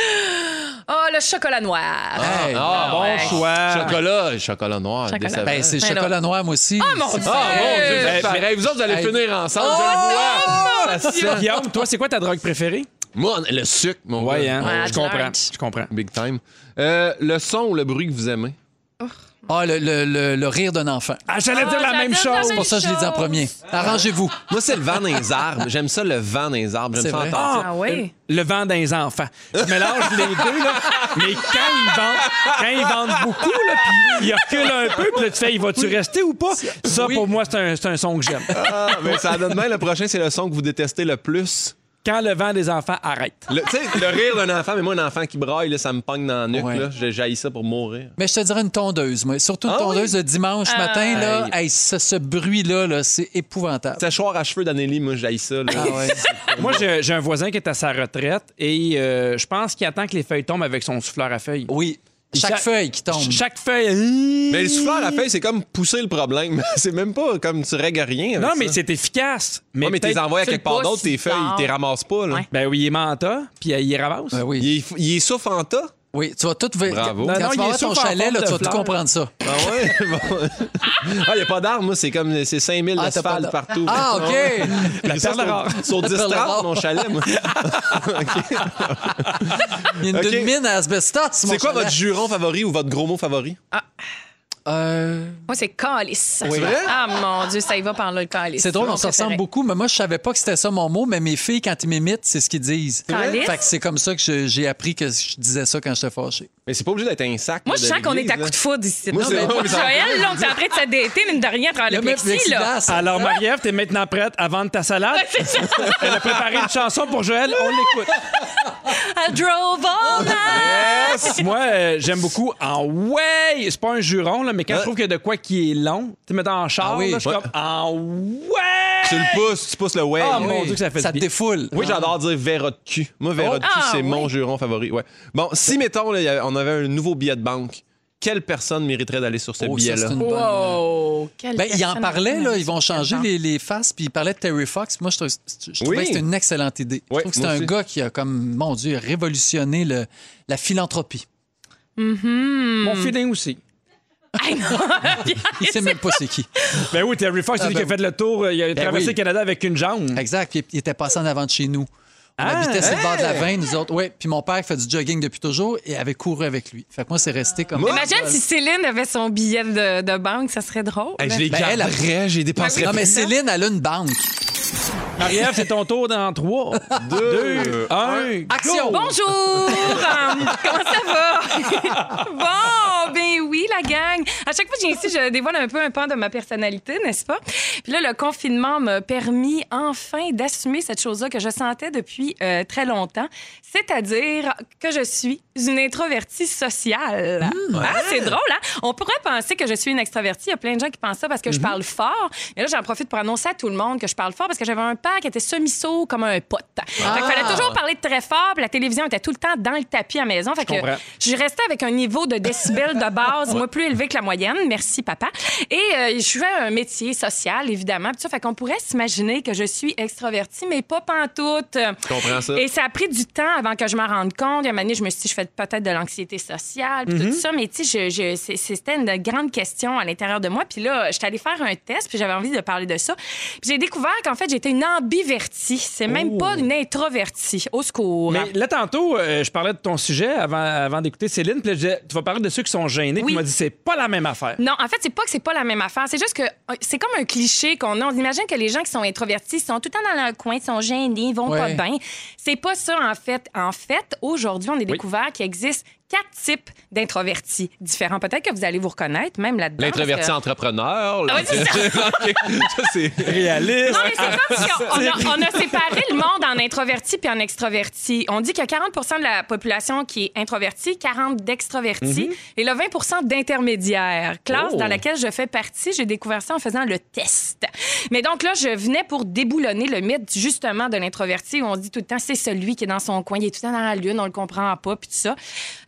Oh, le chocolat noir.
Hey.
Ah,
bon
ouais.
choix.
Chocolat, chocolat noir,
Chocolat.
décevant.
Ben, c'est
Ben,
chocolat
là.
noir, moi aussi.
Ah, mon Dieu!
Ah, mon Dieu, vous
Ben,
êtes pareil. Vous autres, vous allez
Hey.
finir ensemble, je
Oh!
Oh!
le vois. Ça se sent.
Guillaume, toi, c'est quoi ta drogue préférée?
Moi, le sucre, mon
Ouais,
gars.
hein?
Ouais,
je
Adlerch.
comprends. Je comprends.
Big time. Euh, le son ou le bruit que vous aimez?
Ah, le, le- le- le rire d'un enfant.
Ah, j'allais dire la
j'allais
même
dire
chose.
la
C'est
même-
pour ça que je l'ai dit en premier. Arrangez-vous.
Moi, c'est le vent dans les arbres. J'aime ça, le vent dans les arbres.
C'est
J'aime ça
vrai.
entendre.
Ah oui.
Le vent des enfants. Je mélange les deux, là. Mais quand ils vendent, quand ils vendent beaucoup, là, puis ils reculent un peu, puis là, tu fais, il va-tu rester ou pas? Ça,
Oui.
pour moi, c'est un, c'est un son que j'aime.
Ah, ben, ça donne bien. Le prochain, c'est le son que vous détestez le plus.
Quand le vent des enfants arrête.
Le- Tu sais, le rire d'un enfant, mais moi, un enfant qui braille, là, ça me pogne dans la nuque.
Ouais.
là. Je jaillis ça pour mourir.
Mais je te dirais une tondeuse, moi. Surtout une
Ah oui?
tondeuse le dimanche matin, là. Hey, ce, ce bruit-là, là, c'est épouvantable.
Séchoir à cheveux d'Anélie, moi, je jaillis ça. là.
Ah ouais.
Moi, j'ai j'ai un voisin qui est à sa retraite et euh, je pense qu'il attend que les feuilles tombent avec son souffleur à feuilles.
Oui.
Il
Chaque
sa-
feuille qui tombe.
Ch- Chaque feuille.
Mais le souffleur à la feuille, c'est comme pousser le problème. c'est même pas comme tu règles rien. avec
Non, mais
ça.
c'est efficace.
Ouais, mais t'es
peut-être-
envoyé à
tu
quelque
le
part
pousses,
d'autres, tes
il
feuilles,
part.
t'es ramasse pas. Là.
Ouais.
Ben oui, il est manta, puis euh, il les ramasse.
Ah oui.
Il, est, il est souffle en tas.
Oui, tu vas tout.
Bravo.
Quand
Non, non, il
tu vas
est
avoir ton
souffle en
chalet,
forme
là,
de
tu vas tout
fleur.
comprendre ça.
Ah ouais? Bon. Ah, il n'y a pas d'armes, moi. C'est comme c'est 5000
Ah, t'as pas
asphaltes
de-
partout.
Ah, OK.
La
perle rare.
Sur
La
10
perle rare.
armes, mon chalet, moi.
Il y a une,
OK.
d'une mine à asbestos.
C'est quoi votre juron favori ou votre gros mot favori?
Euh,
Moi, c'est calice.
C'est vrai?
Ah, mon Dieu, ça y va par là, le calice.
c'est drôle,
Mon
on se ressemble
préféré.
beaucoup, mais moi, je savais pas que c'était ça mon mot, mais mes filles, quand ils m'imitent, c'est ce qu'ils disent.
Calice?
Fait que c'est comme ça que je- j'ai appris que je disais ça quand j'étais fâché.
Mais c'est pas obligé d'être un sac.
Moi,
là,
je
de
sens qu'on est à
l'église,
coup de
là.
foudre ici.
Moi,
Non,
c'est-
mais
ouais, mais ça-
Joël, là, on est en train de s'adéter, mine de rien, à travers le
Le mec
plexi, là.
Ah,
plexiglas,
Alors, Marie-Ève, t'es maintenant prête à vendre ta salade? Elle a préparé une chanson pour Joël, on l'écoute.
I drove all night.
Moi, euh, j'aime beaucoup en ouais. C'est pas un juron, là, mais quand je trouve qu'il y a de quoi qui est long, tu mets en char,
Ah oui.
là, je suis
Ouais.
comme en ouais.
Tu le pousses, tu pousses le way.
Ah,
Oui.
mon Dieu, que ça fait
ça
du
te
bien.
défoule.
Oui, j'adore dire Vera de cul. Moi, Vera de cul,
Ah,
c'est
oui.
mon juron favori. Ouais. Bon, si, mettons, là, y avait- on avait un nouveau billet de banque, quelle personne mériterait d'aller sur ce
Oh, ça,
billet-là?
c'est une bonne-
Wow! Quelle
Ben, il en
personne
parlait, là,
originale.
ils vont changer les, les faces, puis il parlait de Terry Fox. Moi, je, trou- je trouvais
Oui.
que c'était une excellente idée.
Oui,
je trouve que c'est
moi
un
aussi.
gars qui a, comme, mon Dieu, révolutionné le, la philanthropie.
Mhm.
Mon feeling aussi.
Ah, non.
Il sait même pas c'est qui.
Ben oui, Terry Fox, c'est
Ah,
lui qui
ben
a fait le tour, euh, il a
Ben
traversé
oui.
le Canada avec une jambe.
Exact, puis il était passé en avant de chez nous. On
Ah,
habitait sur le bord de la
hey!
veine, nous autres. Oui, puis mon père fait du jogging depuis toujours et avait couru avec lui. Fait que moi, c'est resté comme...
Moi,
Imagine si Céline avait son billet de, de banque, ça serait drôle.
Hey, je les
Ben,
Ah
elle,
garderais, j'ai dépensé
Non, mais Céline, elle a une banque.
Marie-Ève, c'est ton tour dans 3, 2, 1,
Action!
Bonjour! Euh, Comment ça va? bon, ben oui, la gang. À chaque fois que je viens ici, je dévoile un peu un pan de ma personnalité, n'est-ce pas? Puis là, le confinement m'a permis enfin d'assumer cette chose-là que je sentais depuis euh, très longtemps, c'est-à-dire que je suis une introvertie sociale. Ah, c'est drôle, hein? On pourrait penser que je suis une extravertie. Il y a plein de gens qui pensent ça parce que je parle fort. Mais là, j'en profite pour annoncer à tout le monde que je parle fort parce que j'avais un père qui était semi-sourd comme un pote. Fait qu'il fallait toujours parler très fort. puis La télévision était tout le temps dans le tapis à la maison. Fait que
comprends.
je restais avec un niveau de décibels de base, moi, plus élevé que la moyenne. Merci, papa. Et euh, je fais un métier social, évidemment. puis ça, fait qu'on pourrait s'imaginer que je suis extravertie, mais pas pantoute.
Je comprends ça.
Et ça a pris du temps avant que je m'en rende compte. Il y a une année, je me suis dit, je fais peut-être de l'anxiété sociale,
Mm-hmm.
puis tout ça. Mais tu sais, je- je- c'est- c'était une grande question à l'intérieur de moi. Puis là, j'étais allée faire un test, puis j'avais envie de parler de ça. Puis j'ai découvert qu'en fait, j'étais une ambivertie. C'est même
Oh.
pas une introvertie. Au secours.
Mais là, tantôt, euh, je parlais de ton sujet avant, avant d'écouter Céline. Puis là, je disais, tu vas parler de ceux qui sont gênés.
Oui.
Puis tu m'as dit, c'est pas la même affaire.
Non, en fait, c'est pas que c'est pas la même affaire. C'est juste que euh, c'est comme un cliché qu'on a. On imagine que les gens qui sont introvertis ils sont tout le temps dans leur coin, ils sont gênés, ils vont pas
Ouais.
bien. C'est pas ça, en fait. En fait, aujourd'hui, on a découvert qu'il existe quatre types d'introvertis différents. Peut-être que vous allez vous reconnaître, même là-dedans. parce que-
L'introverti entrepreneur.
Ah oui, c'est ça.
ça, c'est.
Réaliste.
Non, mais c'est comme si on, on a, on a séparé le monde en introverti puis en extroverti. On dit qu'il y a 40 de la population qui est introvertie, 40 d'extrovertis et le 20 d'intermédiaires. Classe
Mhm. Oh.
dans laquelle je fais partie, j'ai découvert ça en faisant le test. Mais donc là, je venais pour déboulonner le mythe justement de l'introverti où on dit tout le temps c'est celui qui est dans son coin, il est tout le temps dans la lune, on le comprend pas puis tout ça.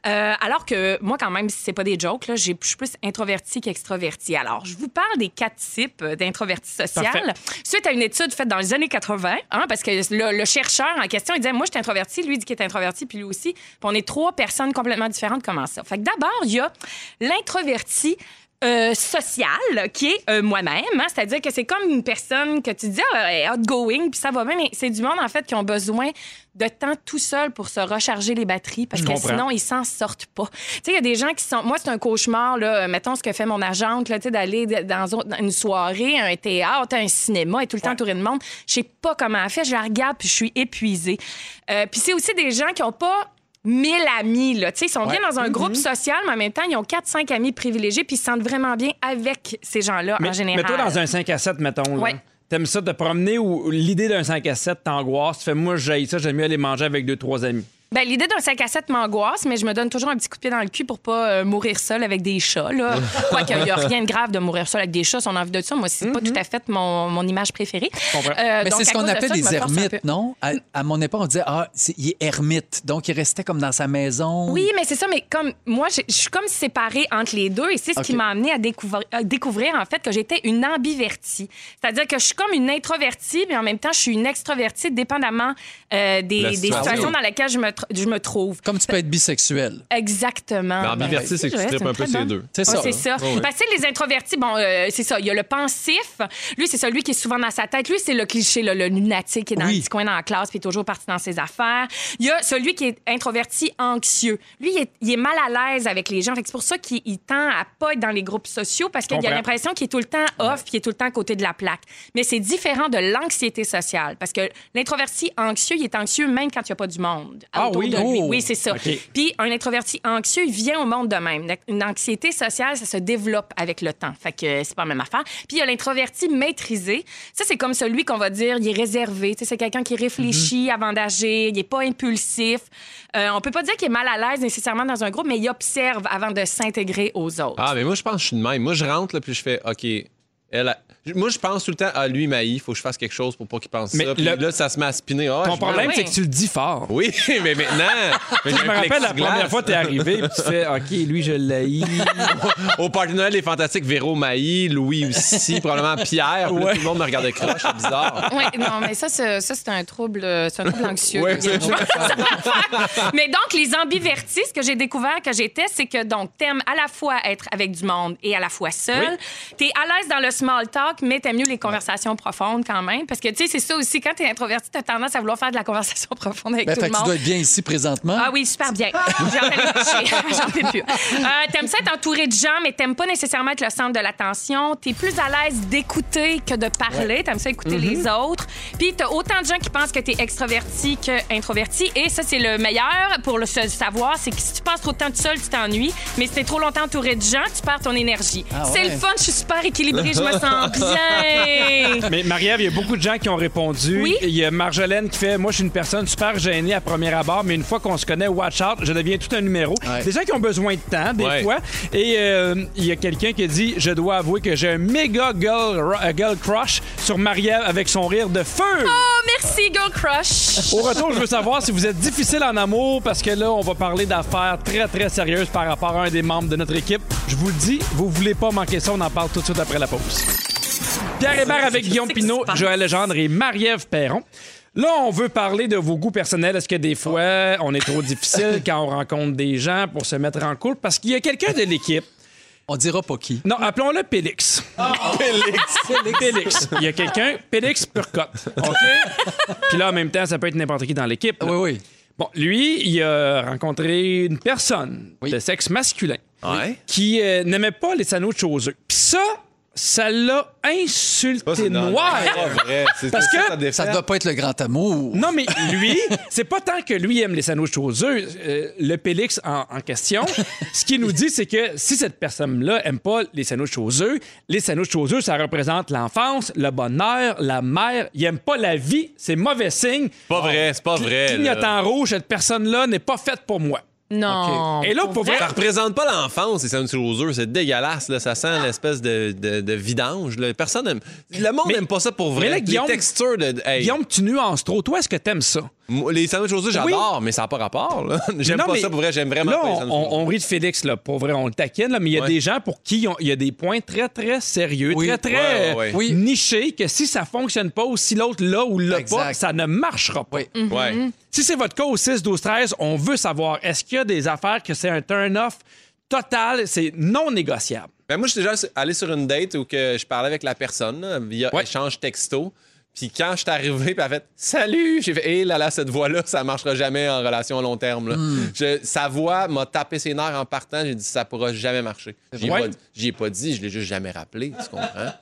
Euh, alors que moi, quand même, c'est pas des jokes, là, j'ai- je suis plus introverti qu'extroverti. Alors, je vous parle des quatre types d'introvertis sociaux
Parfait.
suite à une étude faite dans les années 80, hein, parce que le, le chercheur en question, il disait, moi, je suis introverti, lui, il dit qu'il est introverti, puis lui aussi. Puis on est trois personnes complètement différentes, comment ça? Fait que d'abord, il y a l'introverti euh, social, qui est euh, moi-même, hein, c'est-à-dire que c'est comme une personne que tu dis, ah, elle est outgoing, puis ça va bien, mais c'est du monde, en fait, qui ont besoin de temps tout seul pour se recharger les batteries, parce
Je
que
comprends.
sinon, non, ils s'en sortent pas. Tu sais, il y a des gens qui sont. Moi, c'est un cauchemar, là, euh, mettons ce que fait mon agente, là, tu sais, d'aller d- dans zo- dans une soirée, un théâtre, un cinéma et tout le temps entourée de monde. Je sais pas comment elle fait. Je la regarde puis je suis épuisée. Euh, puis c'est aussi des gens qui ont pas. 1000 amis, là. Tu sais, ils sont bien dans un groupe
Mm-hmm.
social, mais en même temps, ils ont 4-5 amis privilégiés, puis ils se sentent vraiment bien avec ces gens-là,
Mais,
en général.
mais toi, dans un 5 à 7, mettons, là,
Ouais.
t'aimes ça de promener ou l'idée d'un 5 à 7 t'angoisse? Tu fais, moi, j'ai ça, j'aime mieux aller manger avec deux, trois amis.
Ben, l'idée d'un sac à 7 m'angoisse, mais je me donne toujours un petit coup de pied dans le cul pour pas euh, mourir seul avec des chats. Là. Quoi qu'il n'y a rien de grave de mourir seul avec des chats, si on a envie de ça. Moi, c'est
Mm-hmm.
pas tout à fait mon, mon image préférée.
comprends.
Euh,
Mais
donc,
c'est ce
à
qu'on
cause de
appelle
ça, je
des
me force un
ermites,
peu.
non? À, à mon époque, on disait, ah, c'est- il est ermite. Donc, il restait comme dans sa maison.
Oui, mais c'est ça. Mais comme moi, j'ai- je suis comme séparée entre les deux, et c'est ce qui
Ok.
m'a amené à découvrir, à découvrir en fait que j'étais une ambivertie. C'est-à-dire que je suis comme une introvertie, mais en même temps, je suis une extrovertie, dépendamment euh, des,
La
des
situation.
situations dans lesquelles je me, tr- je me trouve.
Comme tu peux être bisexuel.
Exactement. Ben,
Mais ambiverti, c'est que tu
Ouais,
tripes
une
un peu
très
ces
bonne-
deux.
C'est
Ouais,
ça.
c'est ça.
Oh, oui.
Parce que les introvertis, bon, euh, c'est ça. Il y a le pensif. Lui, c'est celui qui est souvent dans sa tête. Lui, c'est le cliché, là, le lunatique qui est dans
Oui.
le petit coin dans la classe puis toujours parti dans ses affaires. Il y a celui qui est introverti anxieux. Lui, il est, il est mal à l'aise avec les gens. Fait que C'est pour ça qu'il il tend à pas être dans les groupes sociaux parce qu'il a
Comprends.
l'impression qu'il est tout le temps off puis qu'il est tout le temps à côté de la plaque. Mais c'est différent de l'anxiété sociale parce que l'introverti anxieux, il est anxieux même quand il n'y a pas du monde.
Ah
autour
oui?
de lui.
Oh.
Oui, c'est ça.
OK.
Puis un introverti anxieux, il vient au monde de même. Une anxiété sociale, ça se développe avec le temps. Fait que euh, c'est pas la même affaire. Puis il y a l'introverti maîtrisé. Ça, c'est comme celui qu'on va dire, il est réservé. Tu sais, c'est quelqu'un qui réfléchit avant d'agir, il n'est pas impulsif. Euh, on peut pas dire qu'il est mal à l'aise nécessairement dans un groupe, mais il observe avant de s'intégrer aux autres.
Ah, mais moi, je pense que je suis de même. Moi, je rentre, là, puis je fais OK. Elle, elle- moi, je pense tout le temps, ah, lui, Maï, il faut que je fasse quelque chose pour pas qu'il pense
Mais
ça. Puis
le-
là, ça se met à spinner. Ah,
Ton
je-
problème, c'est que tu le dis fort.
Oui, mais maintenant.
Tu
mais
sais,
j'ai
je me
un
rappelle la
plexiglas.
première fois que t'es arrivé, puis tu fais OK, lui, je l'ai.
Au Parti Noël des Fantastiques, Véro Maï, Louis aussi, probablement Pierre. Puis là,
Ouais.
tout le monde me regardait croche, c'est bizarre.
Oui, non, mais ça, c'est- ça, c'est un trouble, euh, c'est un trouble anxieux.
Ouais, c'est-
mais donc, les ambivertis, ce que j'ai découvert que j'étais, c'est que donc, t'aimes à la fois être avec du monde et à la fois seul. T'es à l'aise dans le small talk, mais t'aimes mieux les conversations profondes quand même. Parce que, tu sais, c'est ça aussi, quand t'es introverti, t'as tendance à vouloir faire de la conversation profonde avec
Ben,
tout
fait
le
que tu
monde.
dois être bien ici présentement.
Ah oui, super bien. J'en ai le toucher. J'en peux plus. Euh, t'aimes ça être entouré de gens, mais t'aimes pas nécessairement être le centre de l'attention. T'es plus à l'aise d'écouter que de parler. T'aimes ça écouter
Mhm.
Mm-hmm.
les autres. Puis t'as autant de gens qui pensent que t'es extraverti que introverti. Et ça, c'est le meilleur pour le se- savoir. C'est que si tu passes trop de temps tout seul, tu t'ennuies. Mais si t'es trop longtemps entouré de gens, tu perds ton énergie.
Ah
C'est
ouais.
le fun. Je suis super équilibrée. Je me sens bien.
Mais Marie-Ève, il y a beaucoup de gens qui ont répondu.
Oui.
Il y a Marjolaine qui fait Moi, je suis une personne super gênée à premier abord, mais une fois qu'on se connaît, watch out, je deviens tout un numéro. Des gens qui ont besoin de temps, des
Ouais.
fois. Et euh, il y a quelqu'un qui dit Je dois avouer que j'ai un méga girl, ro- euh, girl crush sur Marie-Ève avec son rire de feu.
Oh, merci, Girl Crush.
Au retour, je veux savoir si vous êtes difficile en amour parce que là, on va parler d'affaires très, très sérieuses par rapport à un des membres de notre équipe. Je vous le dis, vous voulez pas manquer ça, on en parle tout de suite après la pause. Pierre Hébert avec Guillaume Pinot, Joël Legendre et Marie-Ève Perron. Là, on veut parler de vos goûts personnels. Est-ce que des fois, on est trop difficile quand on rencontre des gens pour se mettre en couple? Parce qu'il y a quelqu'un de l'équipe.
On dira pas qui.
Non, appelons-le Pélix.
Félix.
Pélix. Il y a quelqu'un, Pélix Purcotte. OK? Puis là, en même temps, ça peut être n'importe qui dans l'équipe. Oui,
oui.
Bon, lui, il a rencontré une personne de sexe masculin qui euh, n'aimait pas les sandwichs aux œufs. Puis ça, ça l'a insulté noir. Parce que
ça doit pas être le grand amour.
non, mais lui, c'est pas tant que lui aime les sandwichs aux œufs, euh, le Pélix en, en question. Ce qu'il nous dit, c'est que si cette personne-là aime pas les sandwichs aux œufs, les sandwichs aux œufs, ça représente l'enfance, le bonheur, la mère. Il aime pas la vie, c'est mauvais signe.
Pas vrai, c'est pas vrai.
Clignotant rouge, cette personne-là n'est pas faite pour moi.
Non.
Et là, pour vrai-
Ça représente pas l'enfance, c'est sandwichs aux œufs, c'est dégueulasse, là. ça sent l'espèce de, de- de vidange. là. Personne aime- Le monde n'aime pas ça pour vrai.
mais là, Guillaume-
les textures de. de- hey.
Guillaume, tu nuances trop. Toi, est-ce que t'aimes ça?
Moi, Les sandwichs aux œufs, j'adore, mais ça n'a pas rapport. là. J'aime
Non,
pas
mais
ça pour vrai, j'aime vraiment
là,
pas les
on-
sandwichs aux
on, on rit de Félix, là, pour vrai, on le taquine, là, mais il y a
Ouais.
des gens pour qui on- il y a des points très, très sérieux,
Oui.
très, très
Ouais, ouais, ouais.
euh, nichés, que si ça fonctionne pas ou si l'autre l'a ou l'a pas, ça ne marchera pas.
Mhm. Ouais.
Si c'est votre cas au 6, 12, 13, on veut savoir, est-ce qu'il y a des affaires que c'est un turn-off total, c'est non négociable?
Ben moi, je suis déjà allé sur une date où que je parlais avec la personne là, via échange texto. Puis quand je suis arrivé, puis elle a fait Salut! J'ai fait Hé là là, cette voix-là, ça marchera jamais en relation à long terme. là.
Mm.
Je- sa voix m'a tapé ses nerfs en partant. J'ai dit Ça pourra jamais marcher. J'y ai,
vrai?
pas- j'y ai pas dit, je l'ai juste jamais rappelé. Tu comprends?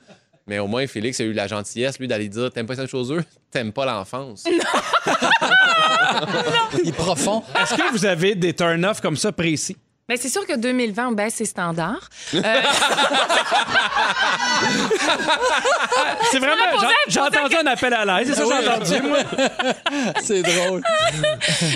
Mais au moins, Félix a eu la gentillesse, lui, d'aller dire T'aimes pas cette chose, t'aimes pas l'enfance.
Il est profond.
Est-ce que vous avez des turn-off comme ça précis?
Mais ben, c'est sûr que 2020, on baisse ses standards. Euh,
C'est vraiment.
Ah, posez-
j'ai- J'ai entendu un appel à l'aise, c'est ça que
Ah
j'ai entendu, moi.
C'est drôle.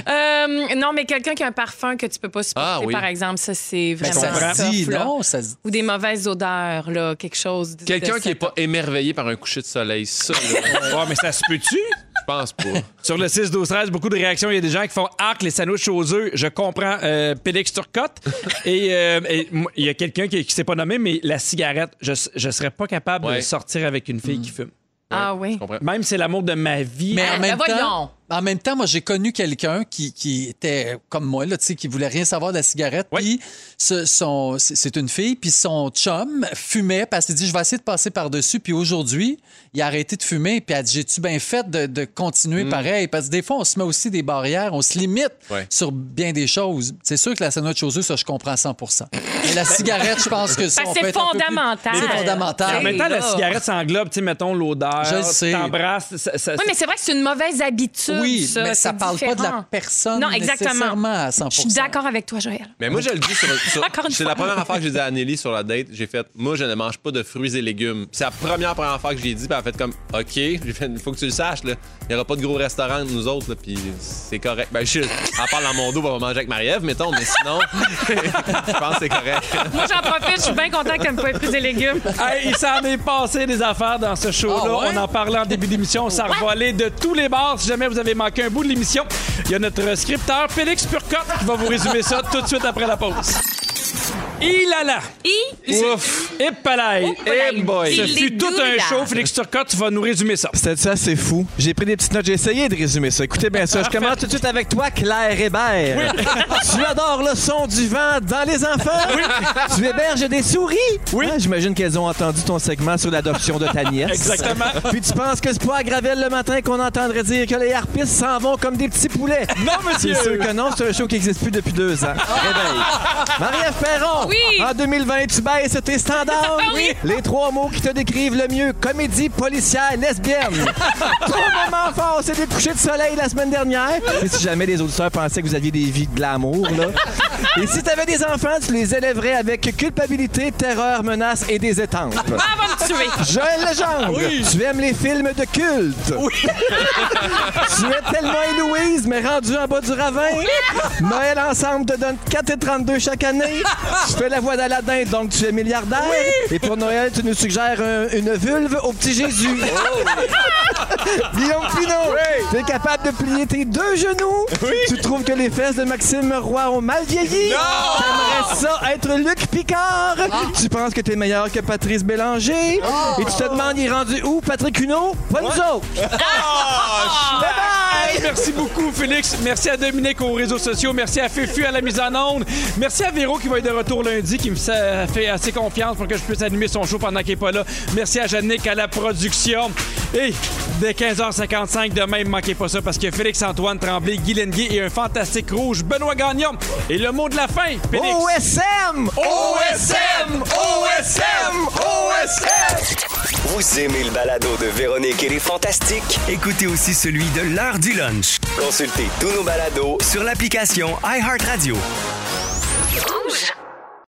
Euh, non, mais quelqu'un qui a un parfum que tu peux pas supporter,
Ah oui.
par exemple, ça, c'est
Mais
vraiment.
Ben, ça se
tough,
dit,
là.
non? Ça se
Ou des mauvaises odeurs, là, quelque chose. de-
Quelqu'un
de-
qui est pas émerveillé par un coucher de soleil, ça. là.
Ouais, mais ça se peut-tu? Je
pense pas.
Sur le 6, 12, 13, beaucoup de réactions. Il y a des gens qui font arc les sandwichs aux œufs. Je comprends euh, Pélix Turcotte. et euh, et moi, il y a quelqu'un qui, qui s'est pas nommé, mais la cigarette, je, s- je serais pas capable de
Ouais.
sortir avec une fille qui fume.
Ah oui.
Même c'est l'amour de ma vie.
Mais en même, temps, ben, en même temps, moi, j'ai connu quelqu'un qui, qui était comme moi, là, tu sais, qui voulait rien savoir de la cigarette. Puis ce- son- c'est c'est une fille, puis son chum fumait, parce qu'il dit Je vais essayer de passer par-dessus. Puis aujourd'hui, il a arrêté de fumer, puis elle a dit J'ai-tu bien fait de, de continuer pareil Parce que des fois, on se met aussi des barrières, on se limite
Ouais.
sur bien des choses. C'est sûr que la sandwich aux œufs, ça, je comprends 100 Mais la cigarette, je pense que ça,
Parce
on
que
peut
c'est
être un peu plus-
fondamental.
C'est fondamental.
En même temps, la cigarette, ça englobe, tu sais, mettons l'odeur.
Je le sais.
T'embrasses. Ça, ça-
Oui, mais c'est vrai que c'est une mauvaise habitude.
oui,
ça.
mais ça
c'est
parle pas de la
différent.
personne
Non, exactement.
nécessairement à 100
Je suis d'accord avec toi, Joël.
Mais moi, je le dis sur. sur-
Encore une
c'est la
fois.
première affaire que j'ai dit à Anneli sur la date. J'ai fait, moi, je ne mange pas de fruits et légumes. C'est la première, première affaire que j'ai dit. Puis elle a fait comme, OK, j'ai fait, faut que tu le saches, là. Il n'y aura pas de gros restaurant de nous autres, là. Puis c'est correct. Ben, je suis. À part dans mon dos, on va manger avec Marie-Ève, mettons. Mais sinon, je pense que c'est correct.
Moi, j'en profite. Je suis bien content que tu me pas les fruits et légumes.
Hey, il s'en est passé des affaires dans ce show-là.
Ah ouais?
On en parlait en début d'émission. On s'en revolait de tous les bars. Si jamais vous avez manqué un bout de l'émission, il y a notre scripteur Félix Turcotte qui va vous résumer ça tout de suite après la pause. Il a là.
I.
Ouf. Et palais.
Eh boy.
Ce
Il est
fut tout un
doux,
show.
là.
Félix Turcotte, tu vas nous résumer ça.
C'était ça, c'est fou. J'ai pris des petites notes, j'ai essayé de résumer ça. Écoutez bien ça. Je commence tout de suite avec toi, Claire Hébert. tu adores le son du vent dans les enfants.
Oui.
Tu héberges des souris. Oui. J'imagine qu'elles ont entendu ton segment sur l'adoption de ta nièce.
Exactement.
Puis tu penses que c'est pas à Gravel le matin qu'on entendrait dire que les harpistes s'en vont comme des petits poulets. Non,
monsieur. Ah.
C'est sûr que non, c'est un show qui n'existe plus depuis deux ans. Réveil. Marie-Ève Perron, en 2020, tu baisses tes standards.
Ah Oui.
Les trois mots qui te décrivent le mieux comédie, policière, lesbienne. Ton moment fort, c'était le coucher de soleil la semaine dernière. Et si jamais les auditeurs pensaient que vous aviez des vies de glamour, là. Et si t'avais des enfants, tu les élèverais avec culpabilité, terreur, menace et des étampes.
Ah, va me tuer.
Joël Legendre,
Oui.
tu aimes les films de culte. Tu es tellement Héloïse, mais rendu en bas du ravin. Noël ensemble te donne 4,32 chaque année. Tu fais la voix d'Aladin, donc tu es milliardaire. Et pour Noël, tu nous suggères un- une vulve au petit Jésus.
Oh.
Guillaume Pinot, tu es capable de plier tes deux genoux. Tu trouves que les fesses de Maxime Roy ont mal vieilli.
Non! Ah.
T'aimerais ça être Luc Picard. Tu penses que t'es meilleur que Patrice Bélanger.
Oh!
Et tu te demandes, il est rendu où, Patrick Huneau? Pas nous autres.
Ah,
Bye-bye!
Hey, Merci beaucoup, Félix. Merci à Dominique aux réseaux sociaux. Merci à Fufu à la mise en onde. Merci à Véro qui va être de retour lundi, qui me sa- fait assez confiance pour que je puisse animer son show pendant qu'il n'est pas là. Merci à Jannick à la production. Et dès 15h55, demain, ne manquez pas ça parce que Félix-Antoine Tremblay, Guy Lenguet et un fantastique rouge, Benoît Gagnon. Et le mot de la fin, Félix.
Oh, OSM!
OSM! OSM! OSM!
Vous aimez le balado de Véronique et les Fantastiques?
Écoutez aussi celui de l'heure du lunch.
Consultez tous nos balados
Sur l'application iHeartRadio.
Rouge.